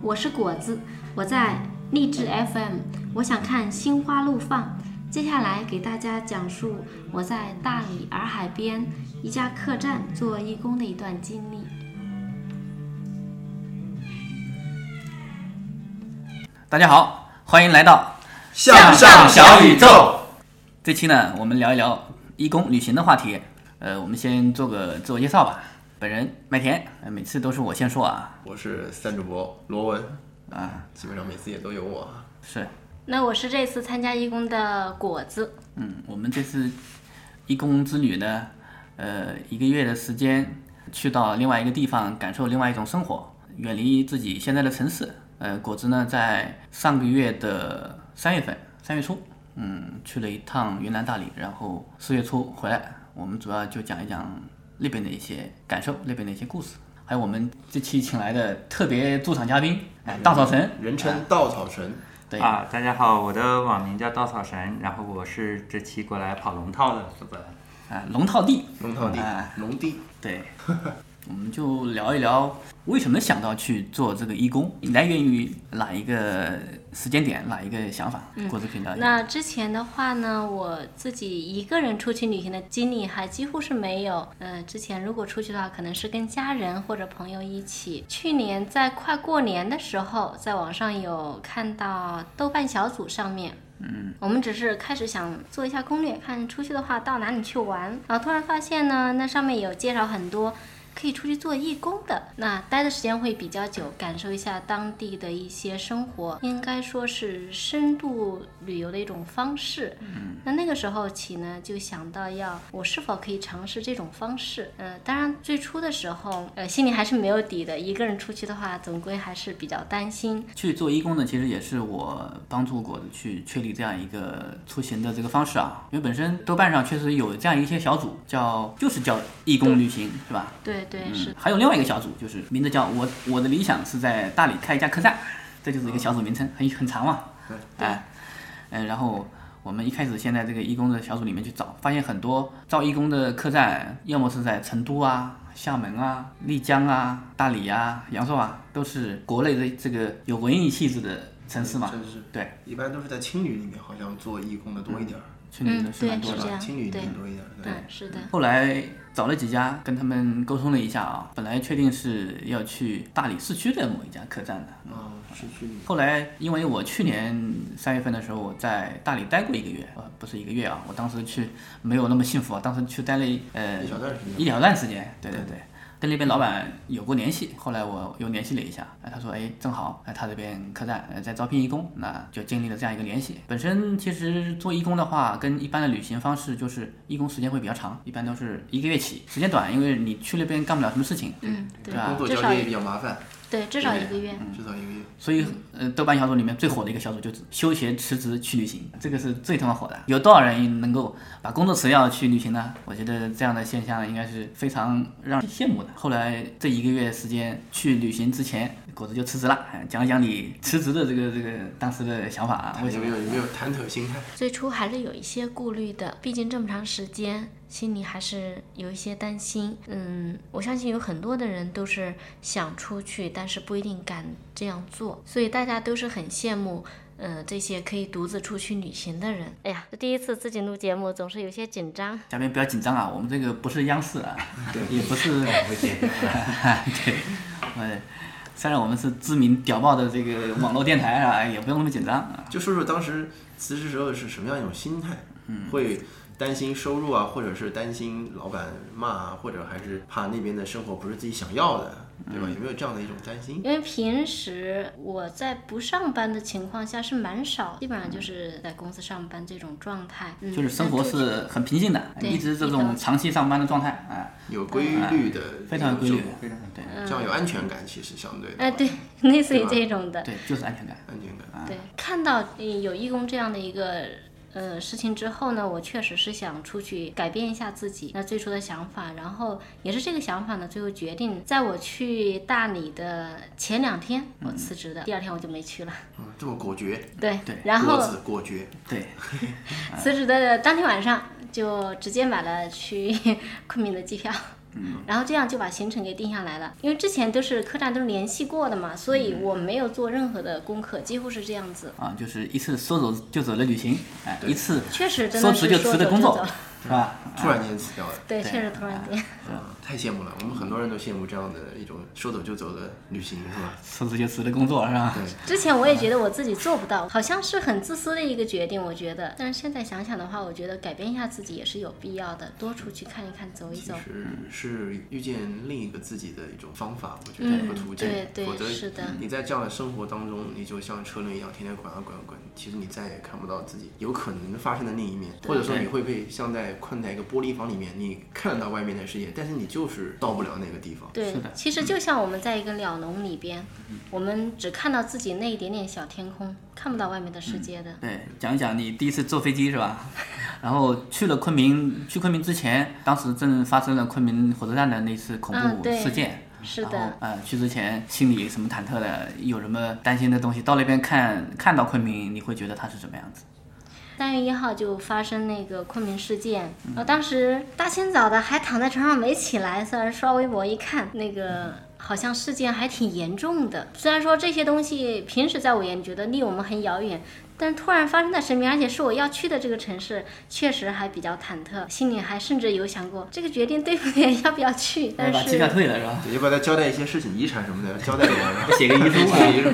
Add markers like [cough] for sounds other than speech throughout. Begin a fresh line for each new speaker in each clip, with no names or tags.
我是果子，我在励志 FM，我想看心花怒放。接下来给大家讲述我在大理洱海边一家客栈做义工的一段经历。
大家好，欢迎来到
向上小宇宙。
这期呢，我们聊一聊义工旅行的话题。呃，我们先做个自我介绍吧。本人麦田，呃每次都是我先说啊，
我是三主播罗文
啊，
基本上每次也都有我。
是，
那我是这次参加义工的果子，
嗯，我们这次义工之旅呢，呃，一个月的时间去到另外一个地方，感受另外一种生活，远离自己现在的城市。呃，果子呢，在上个月的三月份，三月初，嗯，去了一趟云南大理，然后四月初回来。我们主要就讲一讲那边的一些感受，那边的一些故事，还有我们这期请来的特别驻场嘉宾，哎，稻草神，
人称稻草神，
对
啊，大家好，我的网名叫稻草神，然后我是这期过来跑龙套的负责人。
啊，龙套地，
龙套地
哎，
龙地，
对， [laughs] 我们就聊一聊为什么想到去做这个义工，来源于哪一个时间点，哪一个想法？果子可以聊一下。
那之前的话呢，我自己一个人出去旅行的经历还几乎是没有。呃，之前如果出去的话，可能是跟家人或者朋友一起。去年在快过年的时候，在网上有看到豆瓣小组上面。嗯，我们只是开始想做一下攻略，看出去的话到哪里去玩，然后突然发现呢，那上面有介绍很多可以出去做义工的，那待的时间会比较久，感受一下当地的一些生活，应该说是深度旅游的一种方式。那那个时候起呢，就想到要我是否可以尝试这种方式。呃，当然最初的时候，呃，心里还是没有底的，一个人出去的话，总归还是比较担心。
去做义工呢，其实也是我帮助果子去确立这样一个出行的这个方式啊，因为本身豆瓣上确实有这样一些小组，叫就是叫义工旅行，是吧？
对对是
嗯，还有另外一个小组，就是名字叫我我的理想是在大理开一家客栈，这就是一个小组名称，很很长嘛。哎，嗯，然后我们一开始先在这个义工的小组里面去找，发现很多招义工的客栈，要么是在成都啊、厦门啊、丽江啊、大理啊、阳朔啊，都是国内的这个有文艺气质的城市嘛。
真是
对，
一般都是在青旅里面，好像做义工的多一点儿，
去年的是蛮
嗯
多
对
的
是这。样
青旅里
对
面多一点儿。
对，嗯是的，
后来找了几家，跟他们沟通了一下啊，本来确定是要去大理市区的某一家客栈的，
啊，市区里面
后来，因为我去年三月份的时候，我在大理待过一个月，呃，不是一个月啊，我当时去没有那么幸福啊，当时去待了一呃
一小段时间
一小段时间，对对对，跟那边老板有过联系，后来我又联系了一下，哎，他说，哎，正好，哎，他这边客栈呃在招聘义工，那就建立了这样一个联系。本身其实做义工的话，跟一般的旅行方式就是义工时间会比较长，一般都是一个月起，时间短，因为你去那边干不了什么事情，
嗯，对
对吧
工作
至
交
少
接也比较麻烦，
对，至少一个月。
至少一个月。
所以，呃，豆瓣小组里面最火的一个小组就是休学辞职去旅行，这个是最他妈火的。有多少人能够把工作辞掉去旅行呢？我觉得这样的现象应该是非常让人羡慕的。后来这一个月时间去旅行之前，果子就辞职了。哎讲一讲你辞职的这个这个当时的想法啊，为什
有
么
没？有有没有忐忑心态？
最初还是有一些顾虑的，毕竟这么长时间，心里还是有一些担心。嗯，我相信有很多的人都是想出去，但是不一定敢这样做，所以大家都是很羡慕。呃，这些可以独自出去旅行的人，哎呀，这第一次自己录节目，总是有些紧张。
嘉宾不要紧张啊，我们这个不是央视啊，也不是， [laughs] 对，呃，虽然我们是知名屌爆的这个网络电台啊，也不用那么紧张啊。
就说说当时辞职时候是什么样一种心态？
嗯
会担心收入啊，或者是担心老板骂啊，或者还是怕那边的生活不是自己想要的，对
嗯
吧？有没有这样的一种担心？
因为平时我在不上班的情况下是蛮少，基本上就是在公司上班这种状态。嗯，
就是生活
那这
是很平静的，
对
一直这
一般
种长期上班的状态，哎，
有规律的，
非常有规律，
非常
对
这样有安全感，其实相对的
嗯哎、对， [laughs] 类似于
对吧
这种的。
对，就是安全感。
安全
啊
感。
对，啊看到呃有义工这样的一个呃事情之后呢，我确实是想出去改变一下自己那最初的想法，然后也是这个想法呢，最后决定在我去大理的前两天我辞职的，第二天我就没去了。 [laughs]
嗯，这么果决，
对，
对
然
果
后
子果决，
对，
辞职的当天晚上就直接买了去昆明的机票。
嗯
[laughs] 然后这样就把行程给定下来了。因为之前都是客栈都是联系过的嘛，所以
嗯
我没有做任何的功课，几乎是这样子。
啊，就是一次说走就走的旅行，哎，一次
确实真
说
的
辞
是
就
说
辞的
走
工
就
作
走，
是吧？
突然间辞掉了，
对，
对
确实突然间。
啊，太羡慕了。我们很多人都羡慕这样的一种说走就走的旅行，是吧？
说辞就辞的工作，是吧？
之前我也觉得我自己做不到，好像是很自私的一个决定，我觉得。但是现在想想的话，我觉得改变一下自己也是有必要的，多出去看一看，走一
其
走。
实
嗯
是遇见另一个自己的一种方法，我觉得
嗯
和途径
对。对
否则
是的
你在这样的生活当中，你就像车轮一样天天滚啊滚啊滚，其实你再也看不到自己有可能发生的另一面，或者说你会被像在困在一个玻璃房里面，你看得到外面的世界，但是你就是到不了那个地方。
对
是的，
其实就像我们在一个鸟笼里边，我们只看到自己那一点点小天空，看不到外面的世界的。
对，讲一讲你第一次坐飞机是吧？ [laughs] 然后去了昆明，去昆明之前，当时正发生了昆明火车站的那次恐
嗯
怖
对
事件。
是
然
的
后，呃，去之前心里什么忐忑的，有什么担心的东西，到那边看看到昆明，你会觉得它是什么样子？
三月一号就发生那个昆明事件，然后当时大清早的还躺在床上没起来，虽然刷微博一看，那个好像事件还挺严重的。虽然说这些东西平时在我眼里觉得离我们很遥远，但突然发生在身边，而且是我要去的这个城市，确实还比较忐忑，心里还甚至有想过这个决定对不对， [laughs] 要不要去。但
把机票
是
退了是吧？
对，要不要再交代一些事情、遗产什么的，交代给我，然后
[laughs]
写个遗书
[laughs]
啊
遗嘱。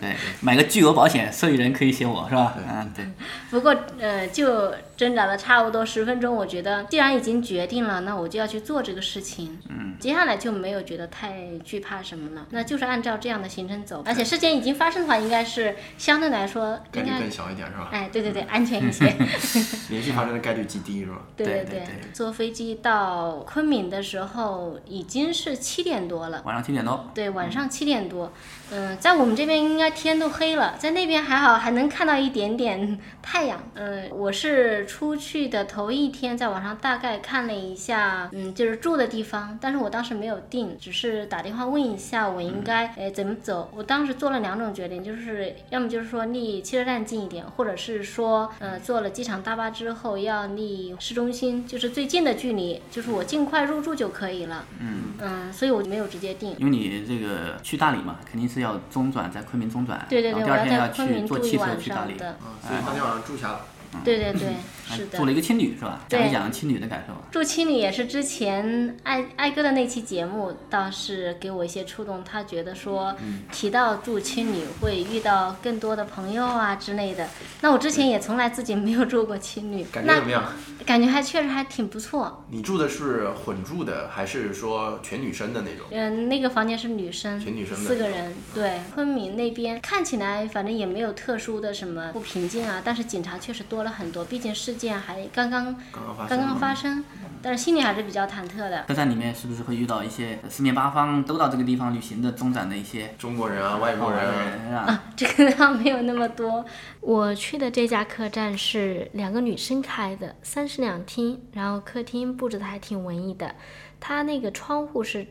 对，买个巨额保险，受益人可以写我是吧？
对
嗯，对，
不过呃，就挣扎了差不多十分钟，我觉得既然已经决定了，那我就要去做这个事情。嗯，接下来就没有觉得太惧怕什么了，那就是按照这样的行程走。而且事件已经发生的话，应该是相对来说
概
应
率
该
更。小一点是吧？
哎，对对对，安全一些。 [laughs]
连续发生的概率极低是吧？
嗯对
对对
对，坐飞机到昆明的时候已经是七点多了。
晚上七点多，
对，晚上七点多，嗯、在我们这边应该天都黑了，在那边还好，还能看到一点点太阳。嗯、我是出去的头一天，在网上大概看了一下，嗯，就是住的地方，但是我当时没有定，只是打电话问一下我应该呃怎么走。我当时做了两种决定，就是要么就是说离汽车站近一点，或者是说呃坐了机场大巴之后要离市中心就是最近的距离，就是我尽快入住就可以了。嗯所以我就没有直接定。
因为你这个去大理嘛，肯定是要中转，在昆明中转，
对对
啊
对，
然后第
我
二
要
天
在昆
去
明
坐
住
汽
一
车
晚
去大
上
理，
的。
啊，所以当天晚上住下了。
对对对，
[laughs] 哎
是的
住。了一个青旅是吧？
对
讲一讲青旅的感受。
住青旅也是之前艾艾哥的那期节目，倒是给我一些触动。他觉得说，
嗯
提到住青旅会遇到更多的朋友啊之类的。那我之前也从来自己没有住过青旅，
感觉
那
怎么样？
感觉还确实还挺不错。
你住的是混住的，还是说全女生的那种？
嗯，那个房间是女生，
全女生的
四个人。对，昆明那边看起来反正也没有特殊的什么不平静啊，但是警察确实多了很多，毕竟事件还刚刚
刚刚发生
刚
的。
刚发生，但是心里还是比较忐忑的。
车站里面是不是会遇到一些四面八方都到这个地方旅行的中转的一些
中国人啊，外
好
国
玩
人
的
啊，
人啊？
这个倒没有那么多。我去的这家客栈是两个女生开的，三室两厅，然后客厅布置的还挺文艺的。它那个窗户是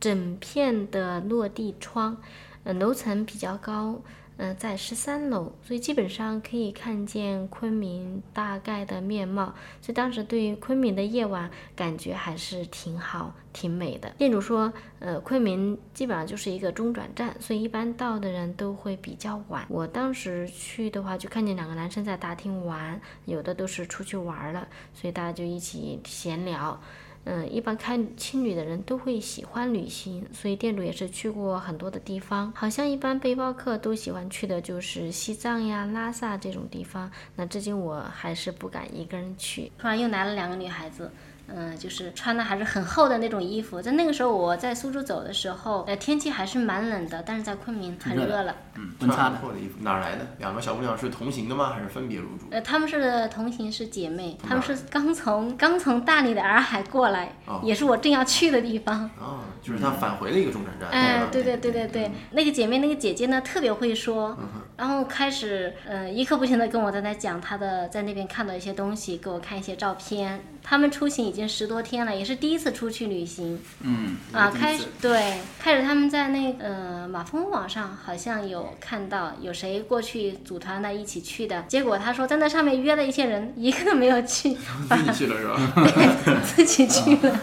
整片的落地窗，呃，楼层比较高，嗯、在十三楼，所以基本上可以看见昆明大概的面貌。所以当时对于昆明的夜晚感觉还是挺好、挺美的。店主说，呃，昆明基本上就是一个中转站，所以一般到的人都会比较晚。我当时去的话，就看见两个男生在大厅玩，有的都是出去玩了，所以大家就一起闲聊。嗯，一般开青旅的人都会喜欢旅行，所以店主也是去过很多的地方。好像一般背包客都喜欢去的就是西藏呀、拉萨这种地方。那至今我还是不敢一个人去。突然又来了两个女孩子。嗯，就是穿的还是很厚的那种衣服。在那个时候，我在苏州走的时候，呃，天气还是蛮冷的，但是在昆明很
挺热的
热了。
嗯，温
穿
差
很
的。
厚的衣服，哪儿来的？两个小姑娘是同行的吗？还是分别入住？
呃，她们是同行是姐妹，她们是刚从刚从大理的洱海过来，
哦
也是我正要去的地方。
嗯
啊，就是她返回了一个中转站。
哎
吧，
对对对
嗯
对对，那个姐妹那个姐姐呢特别会说，然后开始呃一刻不停的跟我在那讲她的在那边看到一些东西，给我看一些照片。他们出行已经十多天了，也是第一次出去旅行
嗯，
啊。
第一
开
次
始对，开始他们在那呃马蜂窝网上好像有看到有谁过去组团的一起去的，结果他说在那上面约了一些人，一个都没有去，
[laughs] 嗯
自己去了是吧？
自己去了。
啊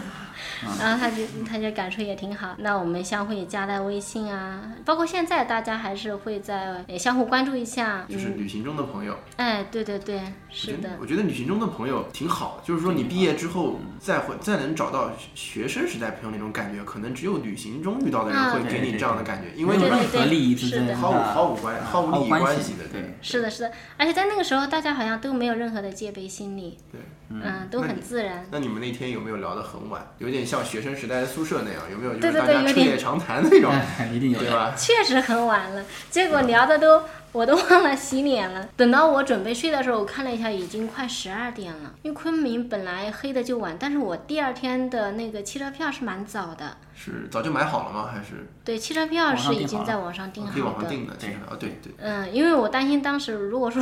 然后他就他就感触也挺好。那我们相互也加在微信啊，包括现在大家还是会在也相互关注一下。
就是
嗯，
旅行中的朋友，
哎，对对对，
我觉
是
得
的，
我觉得旅行中的朋友挺好的，就是说你毕业之后再
嗯
回再能找到学生时代朋友那种感觉，可能只有旅行中遇到的人
啊
会给你
对
这样的感觉，因
没
为
有
你
任
们
对对嗯
何利益之
是的
争啊，
毫无毫无关毫无利益
关
关系
系
的对
对，
是的，是的。而且在那个时候，大家好像都没有任何的戒备心理，
对。
嗯，都很自然。
那你们那天有没有聊得很晚？有点像学生时代的宿舍那样，有没有就
对
是
对
大
对
家
有
彻
点嗯
夜长谈那种，
[laughs] 一定有
对
的。
吧？
确实很晚了，结果聊的都我都忘了洗脸了。等到我准备睡的时候，我看了一下，已经快十二点了。因为昆明本来黑的就晚，但是我第二天的那个汽车票是蛮早的，
是早就买好了吗？还是
对，汽车票是已经在网上订
可哦以网
好
上
的。
订的？其实啊，对对，
嗯，因为我担心当时如果说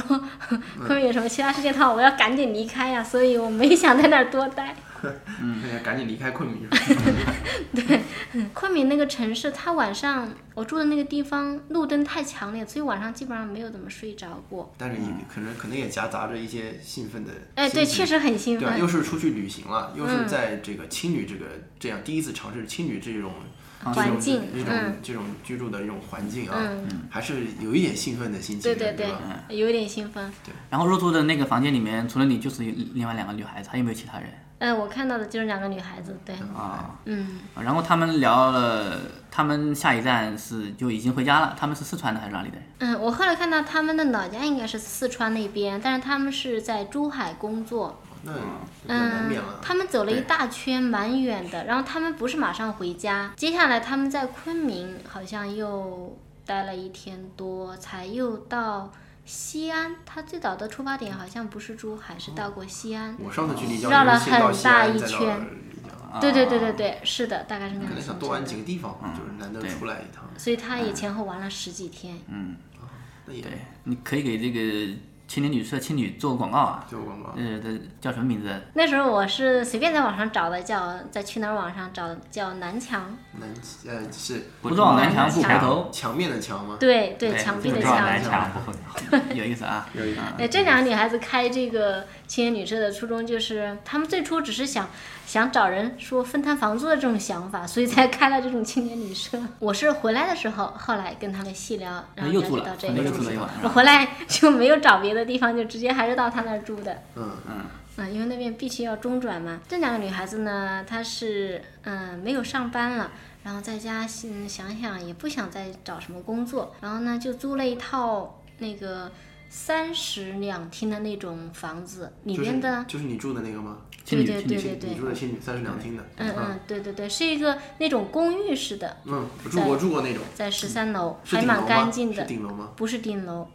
嗯
昆明有什么其他事情的话，我要赶紧离开呀、所以我没想在那儿多待。
大家赶紧离开昆明。
嗯昆明那个城市，它晚上我住的那个地方路灯太强烈，所以晚上基本上没有怎么睡着过。
但是也可能可能也夹杂着一些兴奋的心情，
哎，对，确实很兴
对啊
奋
吧？。又是出去旅行了，又是
嗯
在这个青旅这个这样第一次尝试青旅这种
环
这种
境
这种
嗯
这种居住的这种环境啊，
嗯，
还是有一点兴奋的心情
对
的，
对对
吧？，
有点兴奋。
然后入住的那个房间里面，除了你就是另外两个女孩子，还有没有其他人
嗯，我看到的就是两个女孩子，对，
啊？
嗯，
然后他们聊了，他们下一站是就已经回家了。他们是四川的还是哪里的人？
嗯，我后来看到他们的老家应该是四川那边，但是他们是在珠海工作，
那那难
嗯
免啊了，。
他们走了一
对
大圈，蛮远的，然后他们不是马上回家，接下来他们在昆明好像又待了一天多，才又到西安。他最早的出发点好像不是珠海，是到过西安。
我上次去丽江
绕了
就是先到
很
西
大
安，
一
再到
圈
丽江。
对对对对对，是的，大概是那样
可
的
能
行
想
程。
多玩几个地方，就是难得
对
出来一趟，
所以他也前后玩了十几天。
那也
对，你可以给这个青年旅社青旅做广告啊。
就逛逛。
呃，这叫什么名字？
那时候我是随便在网上找的，叫在去哪儿网上找的叫南墙，
南呃是
不撞南墙不回
墙
头，
墙面的墙吗？
对对，
对
墙
这
壁
个
的
不
叫
撞
墙
南。墙不回头。
有意思啊。
有一个
哎，这两个女孩子开这个青年旅社的初衷就是，她们最初只是想想找人说分摊房租的这种想法，所以才开了这种青年旅社。我是回来的时候，后来跟她们细聊， [laughs] 然后
又
了
住
解
了
到，这
那又
个。
住了一晚上。
我回来就没有找别的地方，就直接还是到她那儿住的。
嗯，
嗯，因为那边必须要中转嘛。这两个女孩子呢，她是嗯、没有上班了，然后在家嗯想想也不想再找什么工作，然后呢就租了一套那个三室两厅的那种房子，里
就是
面的、
就是你住的那个吗？
青旅
对
青
对
旅
对
青
对
你
对，
住的青旅三室两厅的。
嗯嗯对对对，是一个那种公寓式的，
嗯，我住我住过那种，
在十三楼，
是
还
顶楼
蛮
吗？
干净的
是。顶楼吗？
不是顶楼。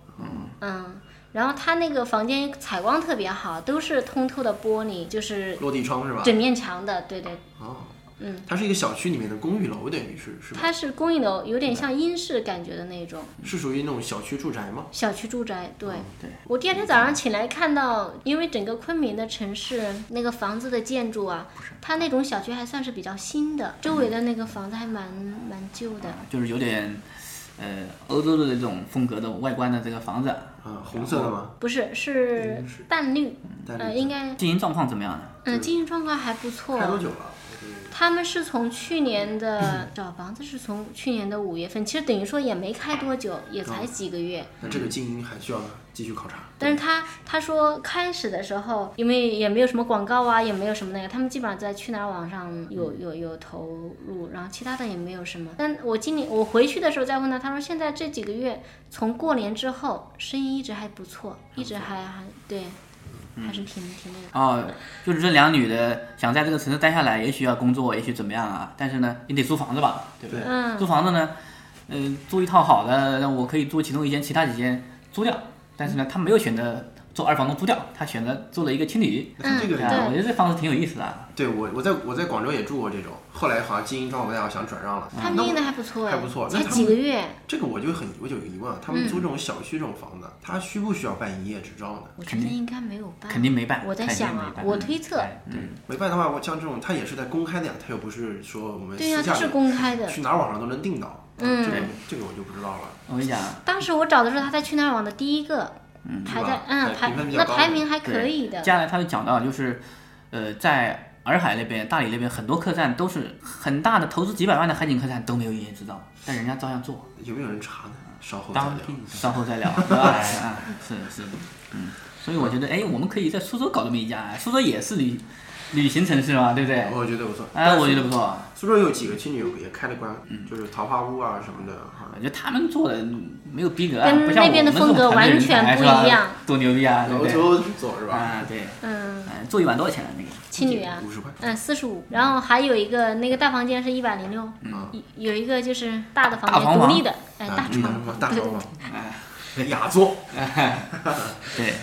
嗯，然后它那个房间采光特别好，都是通透的玻璃，就是
落地窗是吧？
整面墙的。对对，
哦，
嗯，
它是一个小区里面的公寓楼，等于是是吧？
它是公寓楼，有点像英式感觉的那种
是属于那种小区住宅吗？
小区住宅。对，
对
我第二天早上起来看到，因为整个昆明的城市那个房子的建筑啊，它那种小区还算是比较新的，周围的那个房子还蛮蛮旧的。
啊就是有点，呃，欧洲的这种风格的外观的这个房子，
啊，
嗯
红色的吗？
不是，是淡绿，
但
呃，
是
应该，
经营状况怎么样呢？
嗯、经营状况还不错。
开多久了？我这个
他们是从去年的找房子是从去年的五月份，其实等于说也没开多久，也才几个月。
那这个经
嗯
营还需要继续考察。
但是他他说开始的时候，因为也没有什么广告啊，也没有什么那个，他们基本上在去哪儿网上有有有投入，然后其他的也没有什么。但我今年我回去的时候再问他，他说现在这几个月从过年之后生意一直还不错，一直还还对，还是挺挺那个。
哦，就是这两女的想在这个城市待下来，也许要工作，也许怎么样啊，但是呢，你得租房子吧，对不对？
嗯
租房子呢，嗯、租一套好的，那我可以租其中一间，其他几间租掉。但是呢，她没有选择做二房东租掉，她选择做了一个青旅。
那它这
嗯
个
对
啊，我觉得这房子挺有意思的啊。
对我，我在我在广州也住过这种，后来好像经营状况不太好，想转让了。
他
那
们
我
运的还不错
嗯
哎，
还不错那
才
他
几
们
个月，
这个我就很我就有疑问啊，他们租这种小区这种房子，他需不需要办营业执照呢？
我觉
肯
得
定
应该没有办。
肯定没办，
嗯我在
肯定
想
没
啊，
办
我推测，
哎对
没办的话，我像这种他也是在公开的呀，他又不是说我们
对呀、
私
它
下
是
的
公开的。
去哪儿网上都能订到。
嗯
这个这个我就不知道了。
我跟你讲啊，
当时我找的时候，他在去哪儿网的第一个，
是
排
吧
在嗯
哎
排
评分比较
那
高
排
的
名还可以的。
接下来他就讲到，就是呃，在洱海那边、大理那边很多客栈都是很大的，投资几百万的海景客栈都没有营业执照，但人家照样做。
有没有人查呢？稍后再
当
聊。
地的
稍后再聊，对吧？啊，是是，嗯，所以我觉得，哎，我们可以在苏州搞这么一家，哎苏州也是旅旅行城市嘛，对不对？
哦我觉得不错。
哎，我觉得嗯不错，
苏州有几个青旅也开了关，就是桃花坞啊什么的，好
我
像
觉得他们做的没有逼格啊，
跟
不像
那边的
我们这种
风格
团队
完
人
全
才
不
是吧
一样
多牛逼啊，对不
欧
对？
洲做是吧？
啊，对，
嗯，
哎，住一晚多少钱啊？那个
青旅啊，
五十块。
嗯，四十五，然后还有一个那个大房间是一百零六，
嗯
有一个就是大的
大
房
房
间，独
房
立的，哎，
啊
大
嗯
床
大
房，对
床
对
房，
哎
雅座，
对，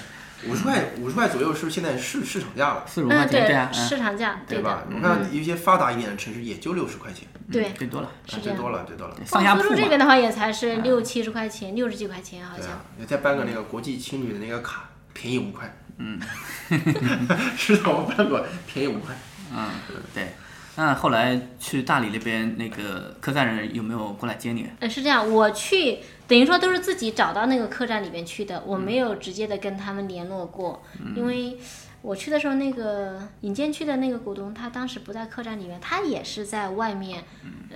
五十块，五十块左右是现在市市场价了，
四十五块
嗯，
钱，对啊，嗯
市场价，对
吧
的，？
我看有一些发达一点的城市也就六十块钱，
对，
嗯最多了，
啊
是这
最
样。
多了，最多了。
对上下
放
铺
苏州这
嘛，
边的话也才是
嗯
六七十块钱，六十几块钱好
对
像
啊，你再办个那个国际青旅的那个卡，便宜五块。嗯， [laughs] 是的，我办过，便宜五块。
嗯，对。那后来去大理那边那个客栈人有没有过来接你？
呃，是这样，我去等于说都是自己找到那个客栈里边去的，我
嗯
没有直接的跟他们联络过，因为我去的时候，那个引荐去的那个股东，他当时不在客栈里面，他也是在外面，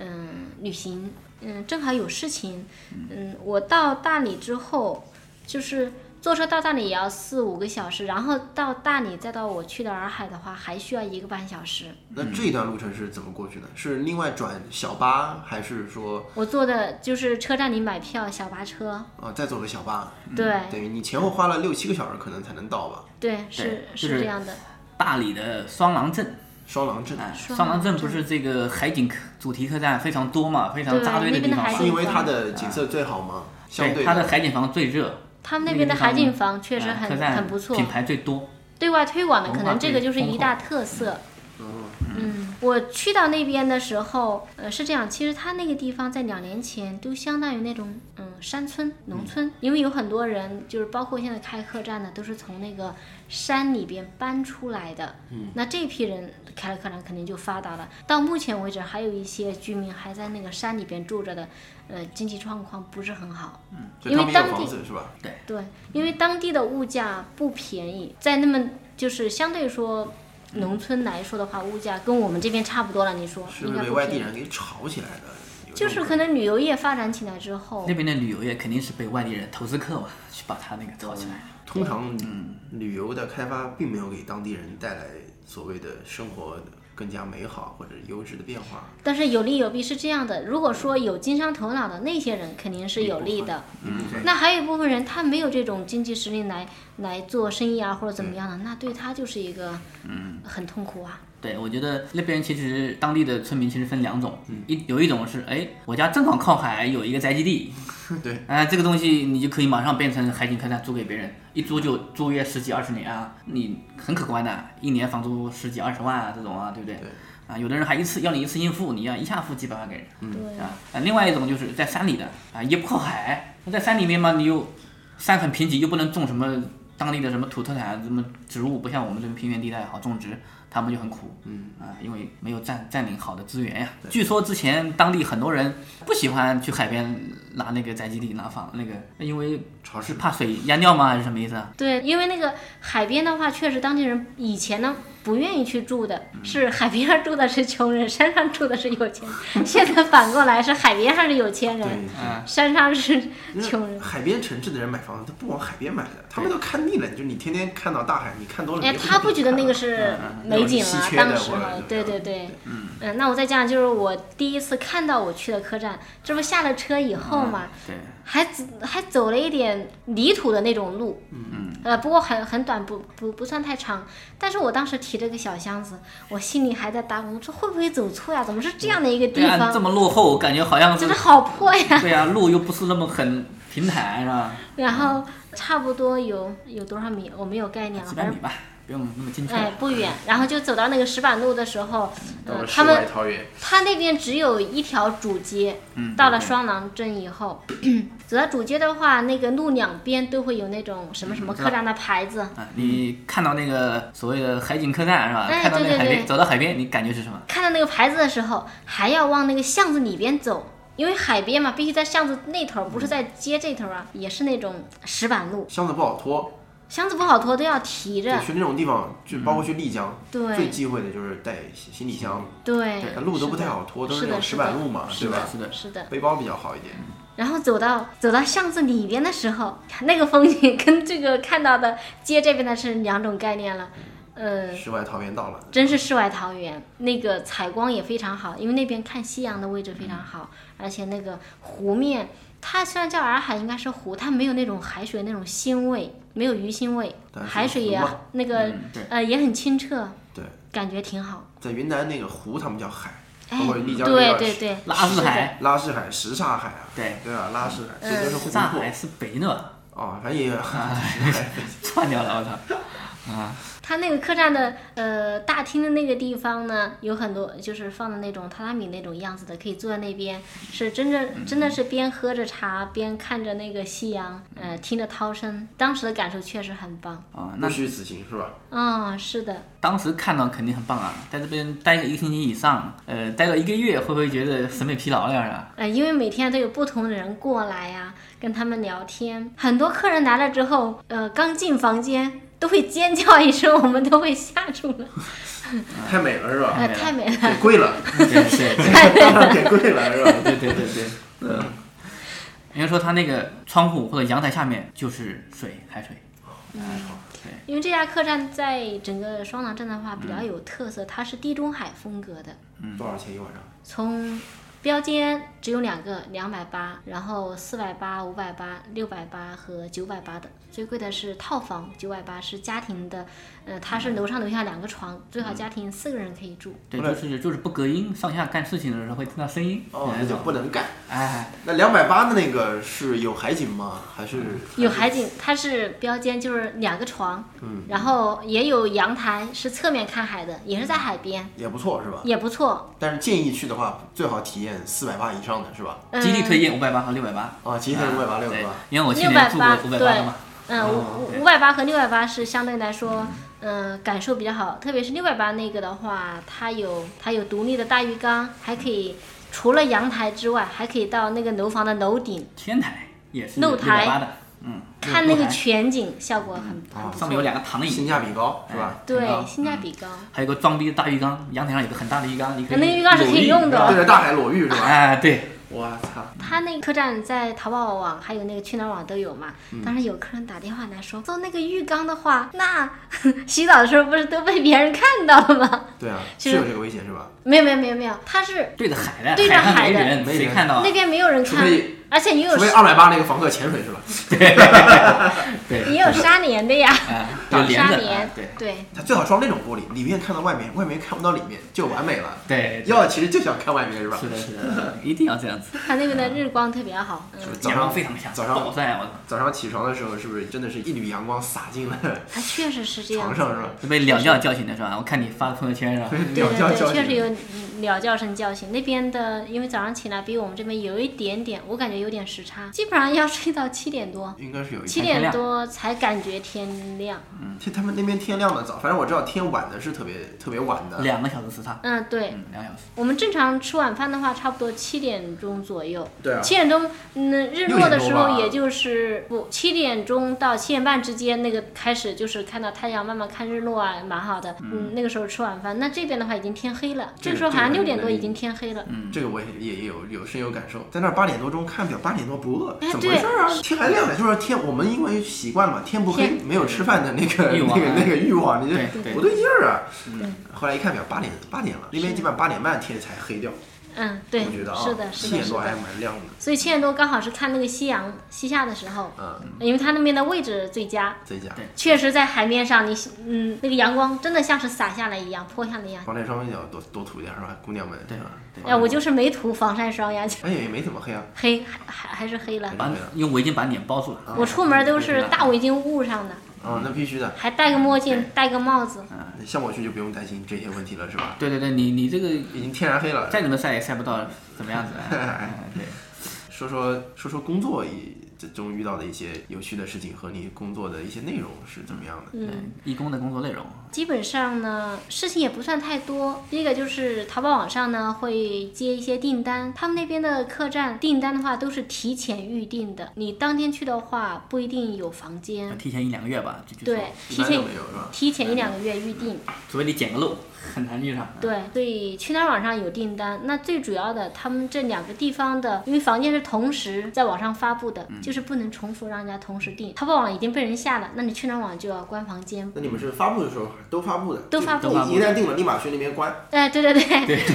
嗯，旅行，嗯，正好有事情，嗯，我到大理之后，就是坐车到大理也要四五个小时，然后到大理再到我去的洱海的话，还需要一个半小时。
嗯
那这一段路程是怎么过去的？是另外转小巴，还是说
我坐的就是车站里买票小巴车，
啊再坐个小巴？
嗯
对
等于你前后花了六七个小时，可能才能到吧？
对是
对就是
是这样的。
大理的双廊镇，
双廊镇
哎，
双
双廊
廊
镇
镇
不是这个海景客主题客栈非常多嘛，非常
对
扎堆
那边
地
的
方
海
嘛
是
景
因为它的景色最好吗？相
对，
对
它的海景房最热，
他们那边的海景房确实
哎
很
客栈
很不错
品，牌最多。
对外推广的可
文化
能这个就是
最
一
丰
大特色。嗯，我去到那边的时候，呃，是这样，其实它那个地方在两年前都相当于那种嗯山村、农村，因为有很多人就是包括现在开客栈的都是从那个山里边搬出来的，嗯，那这批人开了客栈肯定就发达了。到目前为止，还有一些居民还在那个山里边住着的，呃，经济状况不是很好，
就他们
因为
有
当地
房子是吧？
对，因为当地的物价不便宜，在那么就是相对说农村来说的话，物价跟我们这边差不多了。你说
是
应
不是
该
被
不
外地
便宜？
人给炒起来的？有这
就
种
是
可能
可能旅游业发展起来之后
那，边的旅游业肯定是被外地人投资客嘛，去把它那个炒起来。
通常旅游的开发并没有给当地人带来所谓的生活更加美好或者优质的变化。
但是有利有弊是这样的。如果说有经商头脑的那些人肯定是有利的，那还有一部分人他没有这种经济实力来来做生意啊或者怎么样的，那对他就是一个
嗯
很痛苦啊。
对，我觉得那边其实当地的村民其实分两种，一有一种是哎，我家正好靠海，有一个宅基 [laughs] 地，
对，
哎、这个东西你就可以马上变成海景客栈租给别人，一租就租约十几二十年啊，你很可观的、一年房租十几二十万啊这种啊，对不对？
对
啊，有的人还一次要你一次性付，你要一下付几百万给人，
嗯
对
啊，啊，另外一种就是在山里的啊，也不靠海，那在山里面嘛，你又山很贫瘠，又不能种什么当地的什么土特产什么植物，不像我们这边平原地带好种植，他们就很苦，嗯啊，因为没有占占领好的资源呀。据说之前当地很多人不喜欢去海边拿那个宅基地拿房那个，因为
潮
是
湿嗯
怕水淹掉吗？还是什么意思啊？
对，因为那个海边的话，确实当地人以前呢不愿意去住的，
嗯
是海边上住的是穷人，山上住的是有钱人。现在反过来是海边上是有钱人，
对。
啊，
山上是
那
穷人。
海边城市的人买房子，他不往海边买的，他们都看腻了。就你天天看到大海，你看多了。
哎，
你也
他不觉得那个
看
是
嗯那
美
种
景
稀
了，
缺的
当时
或者
了
怎么，
对
样
对对，嗯、那我再加上就是我第一次看到我去的客栈，这不下了车以后嘛，
嗯
对，
还走还走了一点泥土的那种路，嗯呃，不过很很短，不不不算太长。但是我当时提着个小箱子，我心里还在打鼓，说会不会走错呀？怎么是这样的一个地
对啊，
方？
这么落后，感觉好像
真
是
的好破呀！ [laughs]
对啊，路又不是那么很平坦，是吧？
然后差不多有有多少米，我没有概念
啊
了，
几
反
百
正
米吧，不用那么精确。
哎不远。然后就走到那个石板路的时候，
到
呃，
了
他
世
们
外桃源，嗯
他那边只有一条主街，到了双廊镇以后， [clears throat] 走到主街的话，那个路两边都会有那种什么什么客栈的牌子。
啊，你看到那个所谓的海景客栈是吧？
哎
看到那个海
对对
边，
对
走到海边，你感觉是什么？
看到那个牌子的时候，还要往那个巷子里边走，因为海边嘛，必须在巷子那头，不是在街这头啊，也是那种石板路。
箱子不好拖，
箱子不好拖，都要提着
对，。去那种地方，就包括去丽江，最
对
忌讳的就是带行李箱，
对
它，路都不太好拖，都
是
那种
的，
石
是
板
的，
路嘛，
是
对
的，
吧？
是的，
是的。
背包比较好一点，
然后走到走到巷子里边的时候，那个风景跟这个看到的街这边的是两种概念了。嗯，
世外桃源到了。
真是世外桃源，那个采光也非常好，因为那边看夕阳的位置非常好，而且那个湖面，它虽然叫洱海，应该是湖，它没有那种海水那种腥味，没有鱼腥味，
但是
海水也
湖嘛
那个、呃也很清澈，
对，
感觉挺好。
在云南那个湖，他们哦叫海，
哎
包括丽，江
对
那
对
个
对，
拉
是
市
的
海，
拉市海、什刹海啊，
对，
对吧？拉市海，这都是湖
上
泊
海是北呢， [laughs]
哦，反正也有 [laughs]
串掉了，我操！
它那个客栈的呃大厅的那个地方呢，有很多就是放的那种榻榻米那种样子的，可以坐在那边，是真正真的是边喝着茶边看着那个夕阳，呃，听着涛声，当时的感受确实很棒。
啊，那
不虚此行是吧？
啊、是的，
当时看到肯定很棒啊，在这边待个一个星期以上，呃，待到一个月，会不会觉得审美疲劳了呀？
呃，因为每天都有不同的人过来呀、跟他们聊天，很多客人来了之后，呃，刚进房间都会尖叫一声，我们都会吓住了，
嗯
太美了是吧？
呃，太美了。
给贵了，
对对对
当然给贵了是吧？
[laughs] 对对对对，嗯。应该说它那个窗户或者阳台下面就是水，海水。
哎
因为这家客栈在整个双廊镇的话比较有特色，它是地中海风格的，
嗯
多少钱一晚上？
从标间只有两个，两百八，然后四百八、五百八、六百八和九百八的，最贵的是套房，九百八是家庭的，呃，它是楼上楼下两个床，最好家庭四个人可以住。
对，就是就是不隔音，上下干事情的时候会听到声音。
哦，
哎
那就不能干。
哎，
那两百八的那个是有海景吗？还是
嗯
有海景，它是标间，就是两个床，嗯，然后也有阳台，是侧面看海的，也是在海边，
也不错是吧？
也不错。
但是建议去的话，最好体验四百八以上的是吧？
嗯
极力推荐五百八和六百八。
啊，极限五百八、六百
对
八，，
因为我去
六百
年住过五百
八，
八的嘛。
哦
嗯，五五五百八和六百八是相对来说，嗯、感受比较好。特别是六百八那个的话，它有它有独立的大浴缸，还可以除了阳台之外，还可以到那个楼房的楼顶
嗯
天台也是
露
六
台
百八的，嗯，
看那
露
个
台
全景，效果很
啊
很不
上面有
错。
两个躺椅，
性价比高是吧？
很高
对，性价比
嗯
高。
还有个装逼的大浴缸，阳台上有个很大的浴缸，你可以
那个浴缸是可以用的
裸
对
浴
着大海裸浴是
是吧 [laughs]
吧？
哎，对，
我操！
他那个客栈在淘宝网还有那个去哪儿网都有嘛。
嗯
当时有客人打电话来说，做那个浴缸的话，那 [laughs] 洗澡的时候不是都被别人看到了吗？ [laughs]
对啊，
其
是
实
有这个危险是吧？
没有没有没有没有，他是
对着海的，
对着
海上
海的
人，
没
谁
人
看到啊 [laughs]
那？边没有人
除
看
非，
而且也有
除非二百八那个房客潜水是吧？
对，
[laughs] 也有纱帘的呀，
哎，有
有
帘
纱
子，
帘
哎，对，
对，
他最好装那种玻璃，里面看到外面，外面看不到里面，就完美了。
对，
要其实就想看外面是吧？
是的，是的，一定要这样子，
它那边的日光特别好，嗯，
早
阳光
上
非常强，
早上
暴晒，我操，
早上起床的时候，是不是真的是一缕阳光洒进了
它确实是这样
[laughs] 床
子
上是
的。
吧？
是被鸟叫叫醒的是吧？我看你发的朋友圈是吧？
[laughs]
对
鸟
对
叫叫
对，确实
醒，
有鸟叫声叫醒。那边的，因为早上起来比我们这边有一点点，我感觉有点时差，基本上要睡到七点多，
应该是有一
七
天
点
亮
多才感觉天亮。
天，他们那边天亮的早，反正我知道天晚的是特别特别晚的。
两个小时时差，
嗯，对，
嗯，两个小时，
我们正常吃晚饭的话，差不多七点钟左右。
对啊
七点钟，嗯，日落的
六点
时
钟
候，
吧
也就是不七点钟到七点半之间，那个开始就是看到太阳慢慢看日落啊，蛮好的。嗯，那个时候吃晚饭，那这边的话已经天黑了，
这
这
个
个时候好像
这个能
六点多
理
已经天黑了。
这个我也也也有有深有感受，在那儿八点多钟看表，八点多不饿，
哎
怎么
对
回事啊？天还亮了，就是天，我们因为习惯嘛，天不黑，
天
没有吃饭的那个
欲
那
望啊
个那个欲望，你
对嗯
就
对
不对劲儿啊。后来一看表，八点八点了，那边基本上八点半天才黑掉，
嗯，对，
我觉得啊
是的，，
七
是的，
点
是
多还
的。
蛮亮的，
所以七点多刚好是看那个夕阳西下的时候，
嗯，
因为它那边的位置最佳，
在家
对
确实在海面上你，嗯，那个阳光真的像是洒下来一样，泼下来一样。
防晒霜要多多涂点是吧，姑娘们？
对
是吧
对
哎，我就是没涂防晒霜呀，
哎也没怎么黑啊，
黑还还还是黑了。
把
啊
用围巾把脸包住了，
我出门都是大围巾捂上的，
啊，那必须的。
还戴个墨镜，戴个帽子。
嗯
像我去就不用担心这些问题了，是吧？
对对对，你你这个
已经天然黑了。
啊再怎么晒也晒不到怎么样子，哎哎对。
说说说说工作也这中遇到的一些有趣的事情和你工作的一些内容是怎么样的？
嗯
对，义工的工作内容，
基本上呢，事情也不算太多。第一个就是淘宝网上呢会接一些订单，他们那边的客栈订单的话都是提前预定的，你当天去的话不一定有房间，
提前一两个月吧，就就
对
说，
一
啊提
般都
前
没有是吧？
提前一两个月预定，
除非你捡个漏，很难遇上。
对，所以去哪儿网上有订单。那最主要的，他们这两个地方的，因为房间是同时在网上发布的，
嗯
就是不能重复让人家同时订。淘宝网已经被人下了，那你去哪儿网就要关房间。
那你们是发布的时候都发布的，
都发
就
布
是一旦定了立马去那边关，
哎，对对对，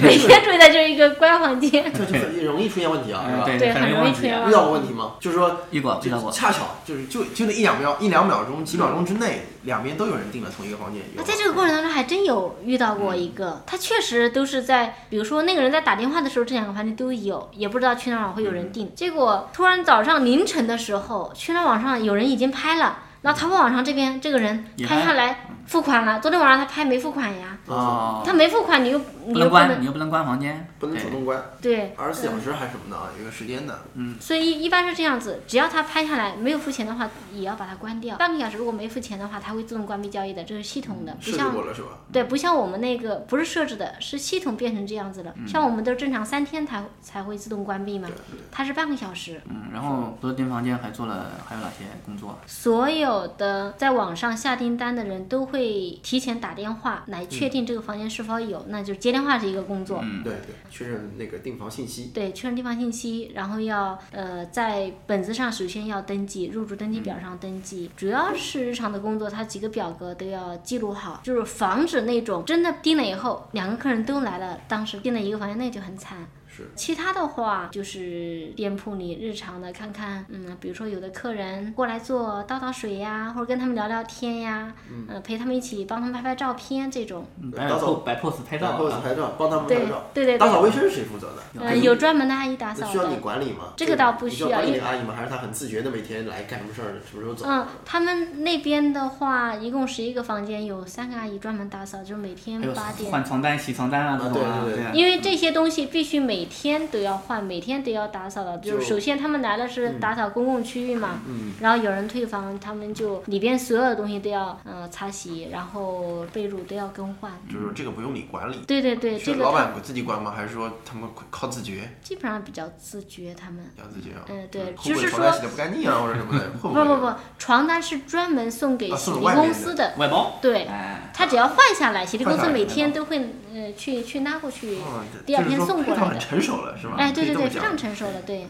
每天注意的就是一个关房间，
这就很容易出现问题啊，是吧？
呃对
嗯对，
很
很
容易
容易
忘
出
记
现
啊
遇
问
到过
题。
问题吗？就是说，
遇过，遇到
就
过。
恰巧就是就就那一两秒一两秒钟几秒钟之内，两边都有人订了同一个房间。有
那
吗
在这个过程当中，还真有遇到过一
嗯
个，他确实都是在，比如说那个人在打电话的时候，这两个房间都有，也不知道去哪儿网会有
嗯
人订。结果突然早上凌晨的时候，去哪儿网上有人已经拍了，然后淘宝网上这边这个人
也
拍
拍嗯
下来付款了，昨天晚上他拍没付款
啊
呀，
哦，
他没付款，你又
不
你又
能
不
关，
能
你又不能关房间，
不能
对
主动关，
对，
二十四小时还是什么的啊，有一个时间的。
嗯
所以一一般是这样子，只要他拍下来没有付钱的话，也要把它关掉。半个小时如果没付钱的话，它会自动关闭交易的，这是系统
嗯
的，不
设置
像
过了是吧？
对，不像我们那个不是设置的，是系统变成这样子了。像我们都正常三天才才会自动关闭嘛
嗯对，
它是半个小时。
嗯，然后除了订房间，还做了还有哪些工作？
所有的在网上下订单的人都会提前打电话来确
嗯
定这个房间是否有，那就是接电话是一个工作。
对对，确认那个订房信息。
对，确认地方信息，然后要呃在本子上首先要登记，入住登记
嗯
表上登记，主要是日常的工作，它几个表格都要记录好，就是防止那种真的订了以后两个客人都来了，当时订了一个房间那就很惨。
是，
其他的话就是店铺里日常的看看，嗯，比如说有的客人过来做倒倒水呀，或者跟他们聊聊天呀，嗯、陪他们一起帮他们拍拍照片这种，
嗯
打
摆摆
扫
pose 摆 pose 拍照
然后
嗯
啊，
拍照，帮他们
对
拍照。
对对
打扫
对，
卫生是谁负责的？
呃，有专门的阿姨打
那
扫
需要
的
你。管理吗？
这个倒不
你需
需要
管理
因为
阿姨吗？还是她很自觉的每天来干什么事儿，什么时候走？
嗯，他们那边的话，一共十一个房间，有三个阿姨专门打扫，就是每天
哎
还有
八点。
换床单、洗床单啊
啊
这种啊，
对对对
啊
因为这些东西必须每天都要换，每天都要打扫的。就是
就嗯
首先他们来了是打扫公共区域嘛，然后有人退房，他们就里边所有的东西都要嗯、呃擦洗，然后被褥都要更换。
就是说这个不用你管理，
对对对，
是
这
老
个
板自己管吗？还是说他们靠自觉？
基本上比较自觉，他们。
要自觉啊？
嗯对
会
就
不
是
会床单
说
洗的不干净啊，或者什么的？会
不
不会？
不不，床单是专门送给
啊
洗
送
涤
给外面
公司的，
外包，
对，
哎，
他只要换下来，洗涤公
换
司
下来
每
就
天都会呃去去拉过去
哦，
第二天
就是说
送过
配套
来
很
的。
成熟了是吧？
哎，对对
啊可以这
对，非
么讲
常成熟的，对。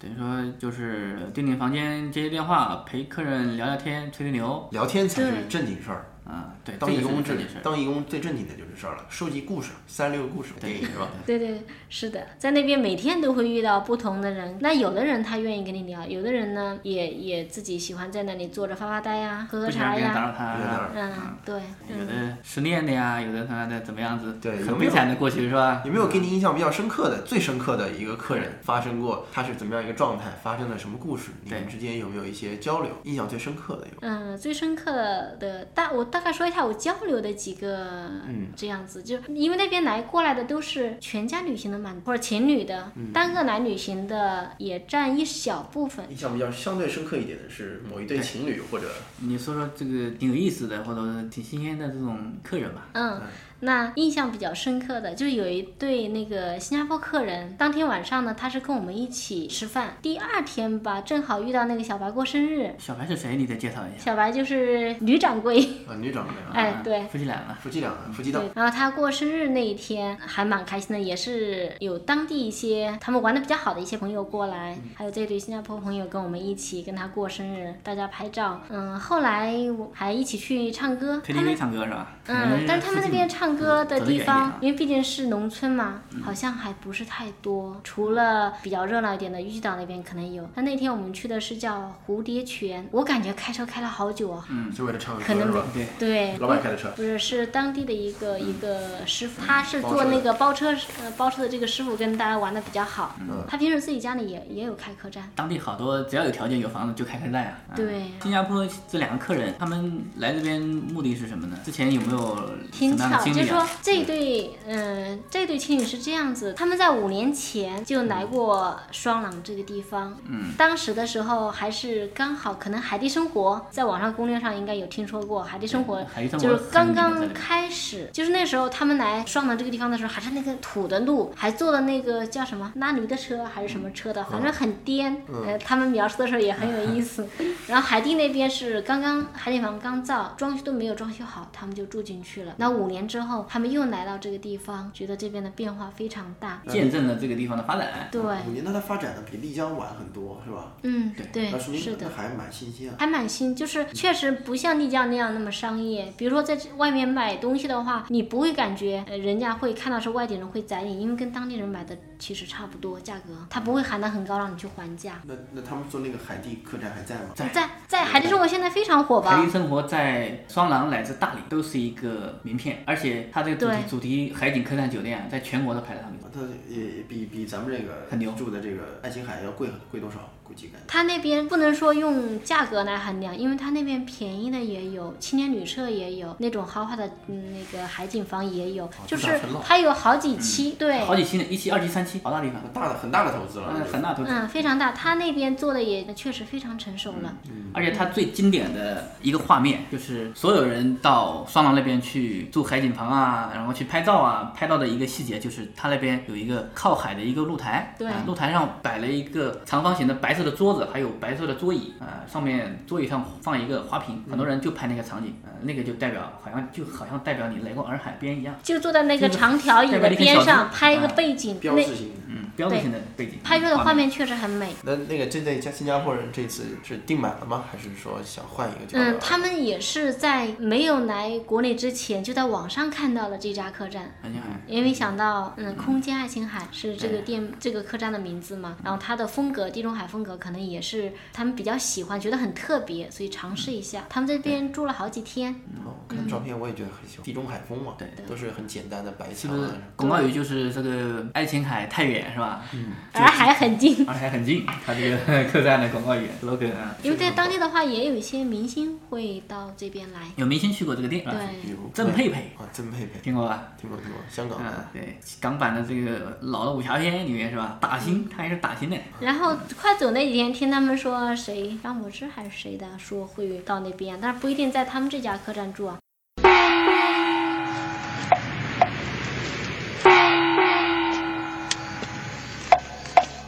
等于说就是呃订订房间、接接电话、陪客人聊聊天、吹吹牛
聊天才是
对
正经事儿，
啊，对，
当
这
义
个是
工
这
最
件事。
当义工最正经的就是事儿了，收集故事，三六故事电影是吧？
对对，是的，在那边每天都会遇到不同的人。那有的人他愿意跟你聊，有的人呢也也自己喜欢在那里坐着发发呆呀，喝
不
喝
想让
茶
别人打
呀。
扰他
有点
啊，
儿
嗯，对，
有
嗯，
的失恋的呀，有的他妈的怎么样子，
对有
很
没
悲
有
惨的过去是吧？
有没有给你印象比较深刻的、最深刻的一个客人发生过，他是怎么样一个状态，发生了什么故事？你们
对
之间有没有一些交流？印象最深刻的有？
嗯，最深刻的大，我大概说一下我交流的几个，嗯，这样子，就因为那边来过来的都是全家旅行的蛮多，或者情侣的，单个来旅行的也占一小部分。
印象比较相对深刻一点的是某一对情侣或者
你说说这个挺有意思的，或者说挺新鲜的这种客人吧？
嗯，那印象比较深刻的就是有一对那个新加坡客人，当天晚上呢，他是跟我们一起吃饭。第二天吧，正好遇到那个小白过生日，
小白是谁？你得介绍一下。
小白就是女掌
[laughs]
柜，
啊女长辈啊，
哎，对，
夫妻俩了。
夫妻俩啊的夫妻档
对，然后他过生日那一天还蛮开心的，也是有当地一些他们玩的比较好的一些朋友过来，还有这对新加坡朋友跟我们一起跟他过生日，大家拍照。嗯，后来我还一起去唱歌，他们
KTV 唱歌是吧？
嗯，但是他们那边唱歌的
嗯
地
走得远一点啊
方，因为毕竟是农村嘛，好像还不是太多。除了比较热闹一点的玉岛那边可能有。那那天我们去的是叫蝴蝶泉，我感觉开车开了好久啊。
是为了唱歌
可能
是吧？
对，
对，
嗯老板开的车，
不是，是当地的一个一个师傅，他是
包
做
车的
那个包车呃包车的这个师傅，跟大家玩的比较好。他平时自己家里也也有开客栈，
当地好多只要有条件有房子就开客栈啊。啊
对
新加坡这两个客人，他们来这边目的是什么呢？之前有没有什
挺
么样的
巧，
经
就
历
说
啊？
这对，嗯、这对情侣是这样子，他们在五年前就
嗯
来过双廊这个地方，嗯，当时的时候还是刚好，可能海地生活在网上攻略上应该有听说过，海地生活
海地生活
就是刚
很有名
刚
的
开始，就是那时候他们来双廊这个地方的时候，还是那个土的路，还坐的那个叫什么拉驴的车还是什么车的，反正很颠，呃，他们描述的时候也很有意 [laughs] 思。然后海地那边是刚刚海景房刚造，装修都没有装修好，他们就住进去了。那五年之后，他们又来到这个地方，觉得这边的变化非常大。
见证了这个地方的发展。
对，
五年，那它发展的比丽江晚很多，是吧？
嗯，对
那，说
是
明
的
那。还蛮新鲜啊。
还蛮新，就是确实不像丽江那样那么商业。比如说在外面买东西的话，你不会感觉呃人家会看到是外地人会宰你，因为跟当地人买的其实差不多价格，他不会喊得很高让你去还价。
那那他们做那个海地客栈还在吗？
在
在在海底生活现在非常火
海
吧
地？生活在双廊乃至大理都是一个名片，而且它这个主题
对
主题海景客栈酒店啊，在全国都排在上面。
它也比比咱们这个
很牛
住的这个爱琴海要贵很贵多少？估计感觉
他那边不能说用价格来衡量，因为他那边便宜的也有，青年旅社也有，那种豪华的嗯那个海景房也有，就是
大城了
它有好几期，对，
好几期呢，一期、二期、三期，好大地方，
大的很大的投资了，
嗯，很大投资。
嗯，非常大。他那边做的也确实非常成熟了。
而且它最经典的一个画面，就是所有人到双廊那边去住海景房啊，然后去拍照啊，拍到的一个细节就是它那边有一个靠海的一个露台，
对
啊露台上摆了一个长方形的白色的桌子，还有白色的桌椅，啊、上面桌椅上放一个花瓶，很多人就拍那个场景，呃，那个就代表好像就好像代表你来过洱海边一样，
就坐在那个长条椅的边上，拍一个背景，
标
那
志性的。
嗯，标志性的背景，
拍出的
画
画面确实很美。
那那个针对加新加坡人这次是订满了吗？还是说想换一个地方？
嗯，他们也是在没有来国内之前，就在网上看到了这家客栈，
海景海。
因为想到，嗯，空间爱琴海是这个店这个客栈的名字嘛，然后它的风格，地中海风格可能也是他们比较喜欢，觉得很特别，所以尝试一下。他们这边住了好几天，
哦，我看照片我也觉得很喜欢，地中海风嘛，
嗯对，
都是很简单的白
是
墙
不是
啊。
广告语就是这个爱琴海太远是吧？嗯，
洱海很近。
洱海很近，它这个客栈的广告语 slogan 啊，
因为在当地的话，也有一些明星会到这边来。
有明星去过这个店吧？
对，
比如
郑佩佩
啊，郑佩佩，
听过吧？
听过听过，香港
嗯
的，
对，港版的这个老的武侠片里面是吧？打
嗯
星，他也是打星的。
然后快走那几天，听他们说谁张柏芝还是谁的说会到那边，但是不一定在他们这家客栈住啊。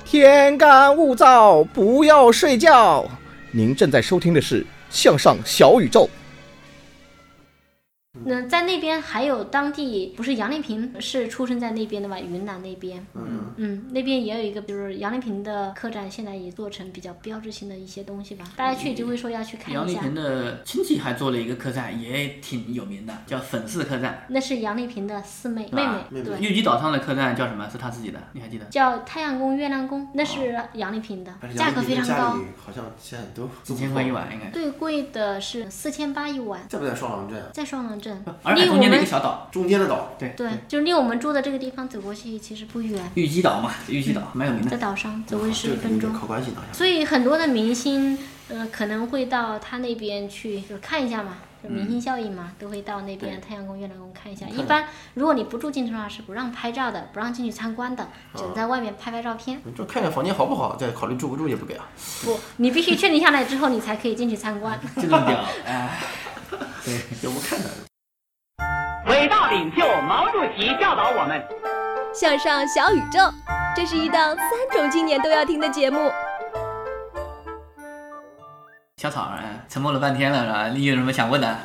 天干物燥，不要睡觉。您正在收听的是《向上小宇宙》。
那在那边还有当地不是杨丽萍是出生在那边的吧？云南那边，
嗯，
嗯，那边也有一个，就是杨丽萍的客栈，现在也做成比较标志性的一些东西吧。大家去就会说要去看
杨
一
丽
下，
萍的亲戚还做了一个客栈，也挺有名的，叫粉丝客栈。
那是杨丽萍的四妹妹
啊
妹，对，
玉姬岛上的客栈叫什么？是他自己的，你还记得？
叫太阳宫月亮宫，那是杨丽萍的
但，是
价格非常
家
高
里，好像现在都
几千块一，晚应该。
最贵的是四千八一晚。
在不在双廊镇啊？
在双廊镇
洱，海
离我
中间的一
们
个小岛，
中间的岛，
对，就离我们住的这个地方走过去其实不远，
[laughs] 玉姬岛嘛，玉姬岛蛮有名
[laughs] 在
的。
岛上走过去十
啊这
一
个肯定
分
得
钟。
靠关系拿下。
所以很多的明星，呃，可能会到他那边去，就是看一下嘛，就明
嗯
星效应嘛，都会到那边太阳宫、月亮宫看一下。一般如果你不住进去的话，是不让拍照的，不让进去参观
哦
的，只能在外面拍拍照片。
就看看房间好不好，再考虑住不住也不
[laughs]
给啊。
不，你必须确定下来之后，你才可以进去参
[laughs]
观。
这种屌，哎，对。
要不看看。
伟大领袖毛主席教导我们，
向上小宇宙，这是一档三种青年都要听的节目。
小草儿，哎，沉默了半天了，是吧？你有什么想问的？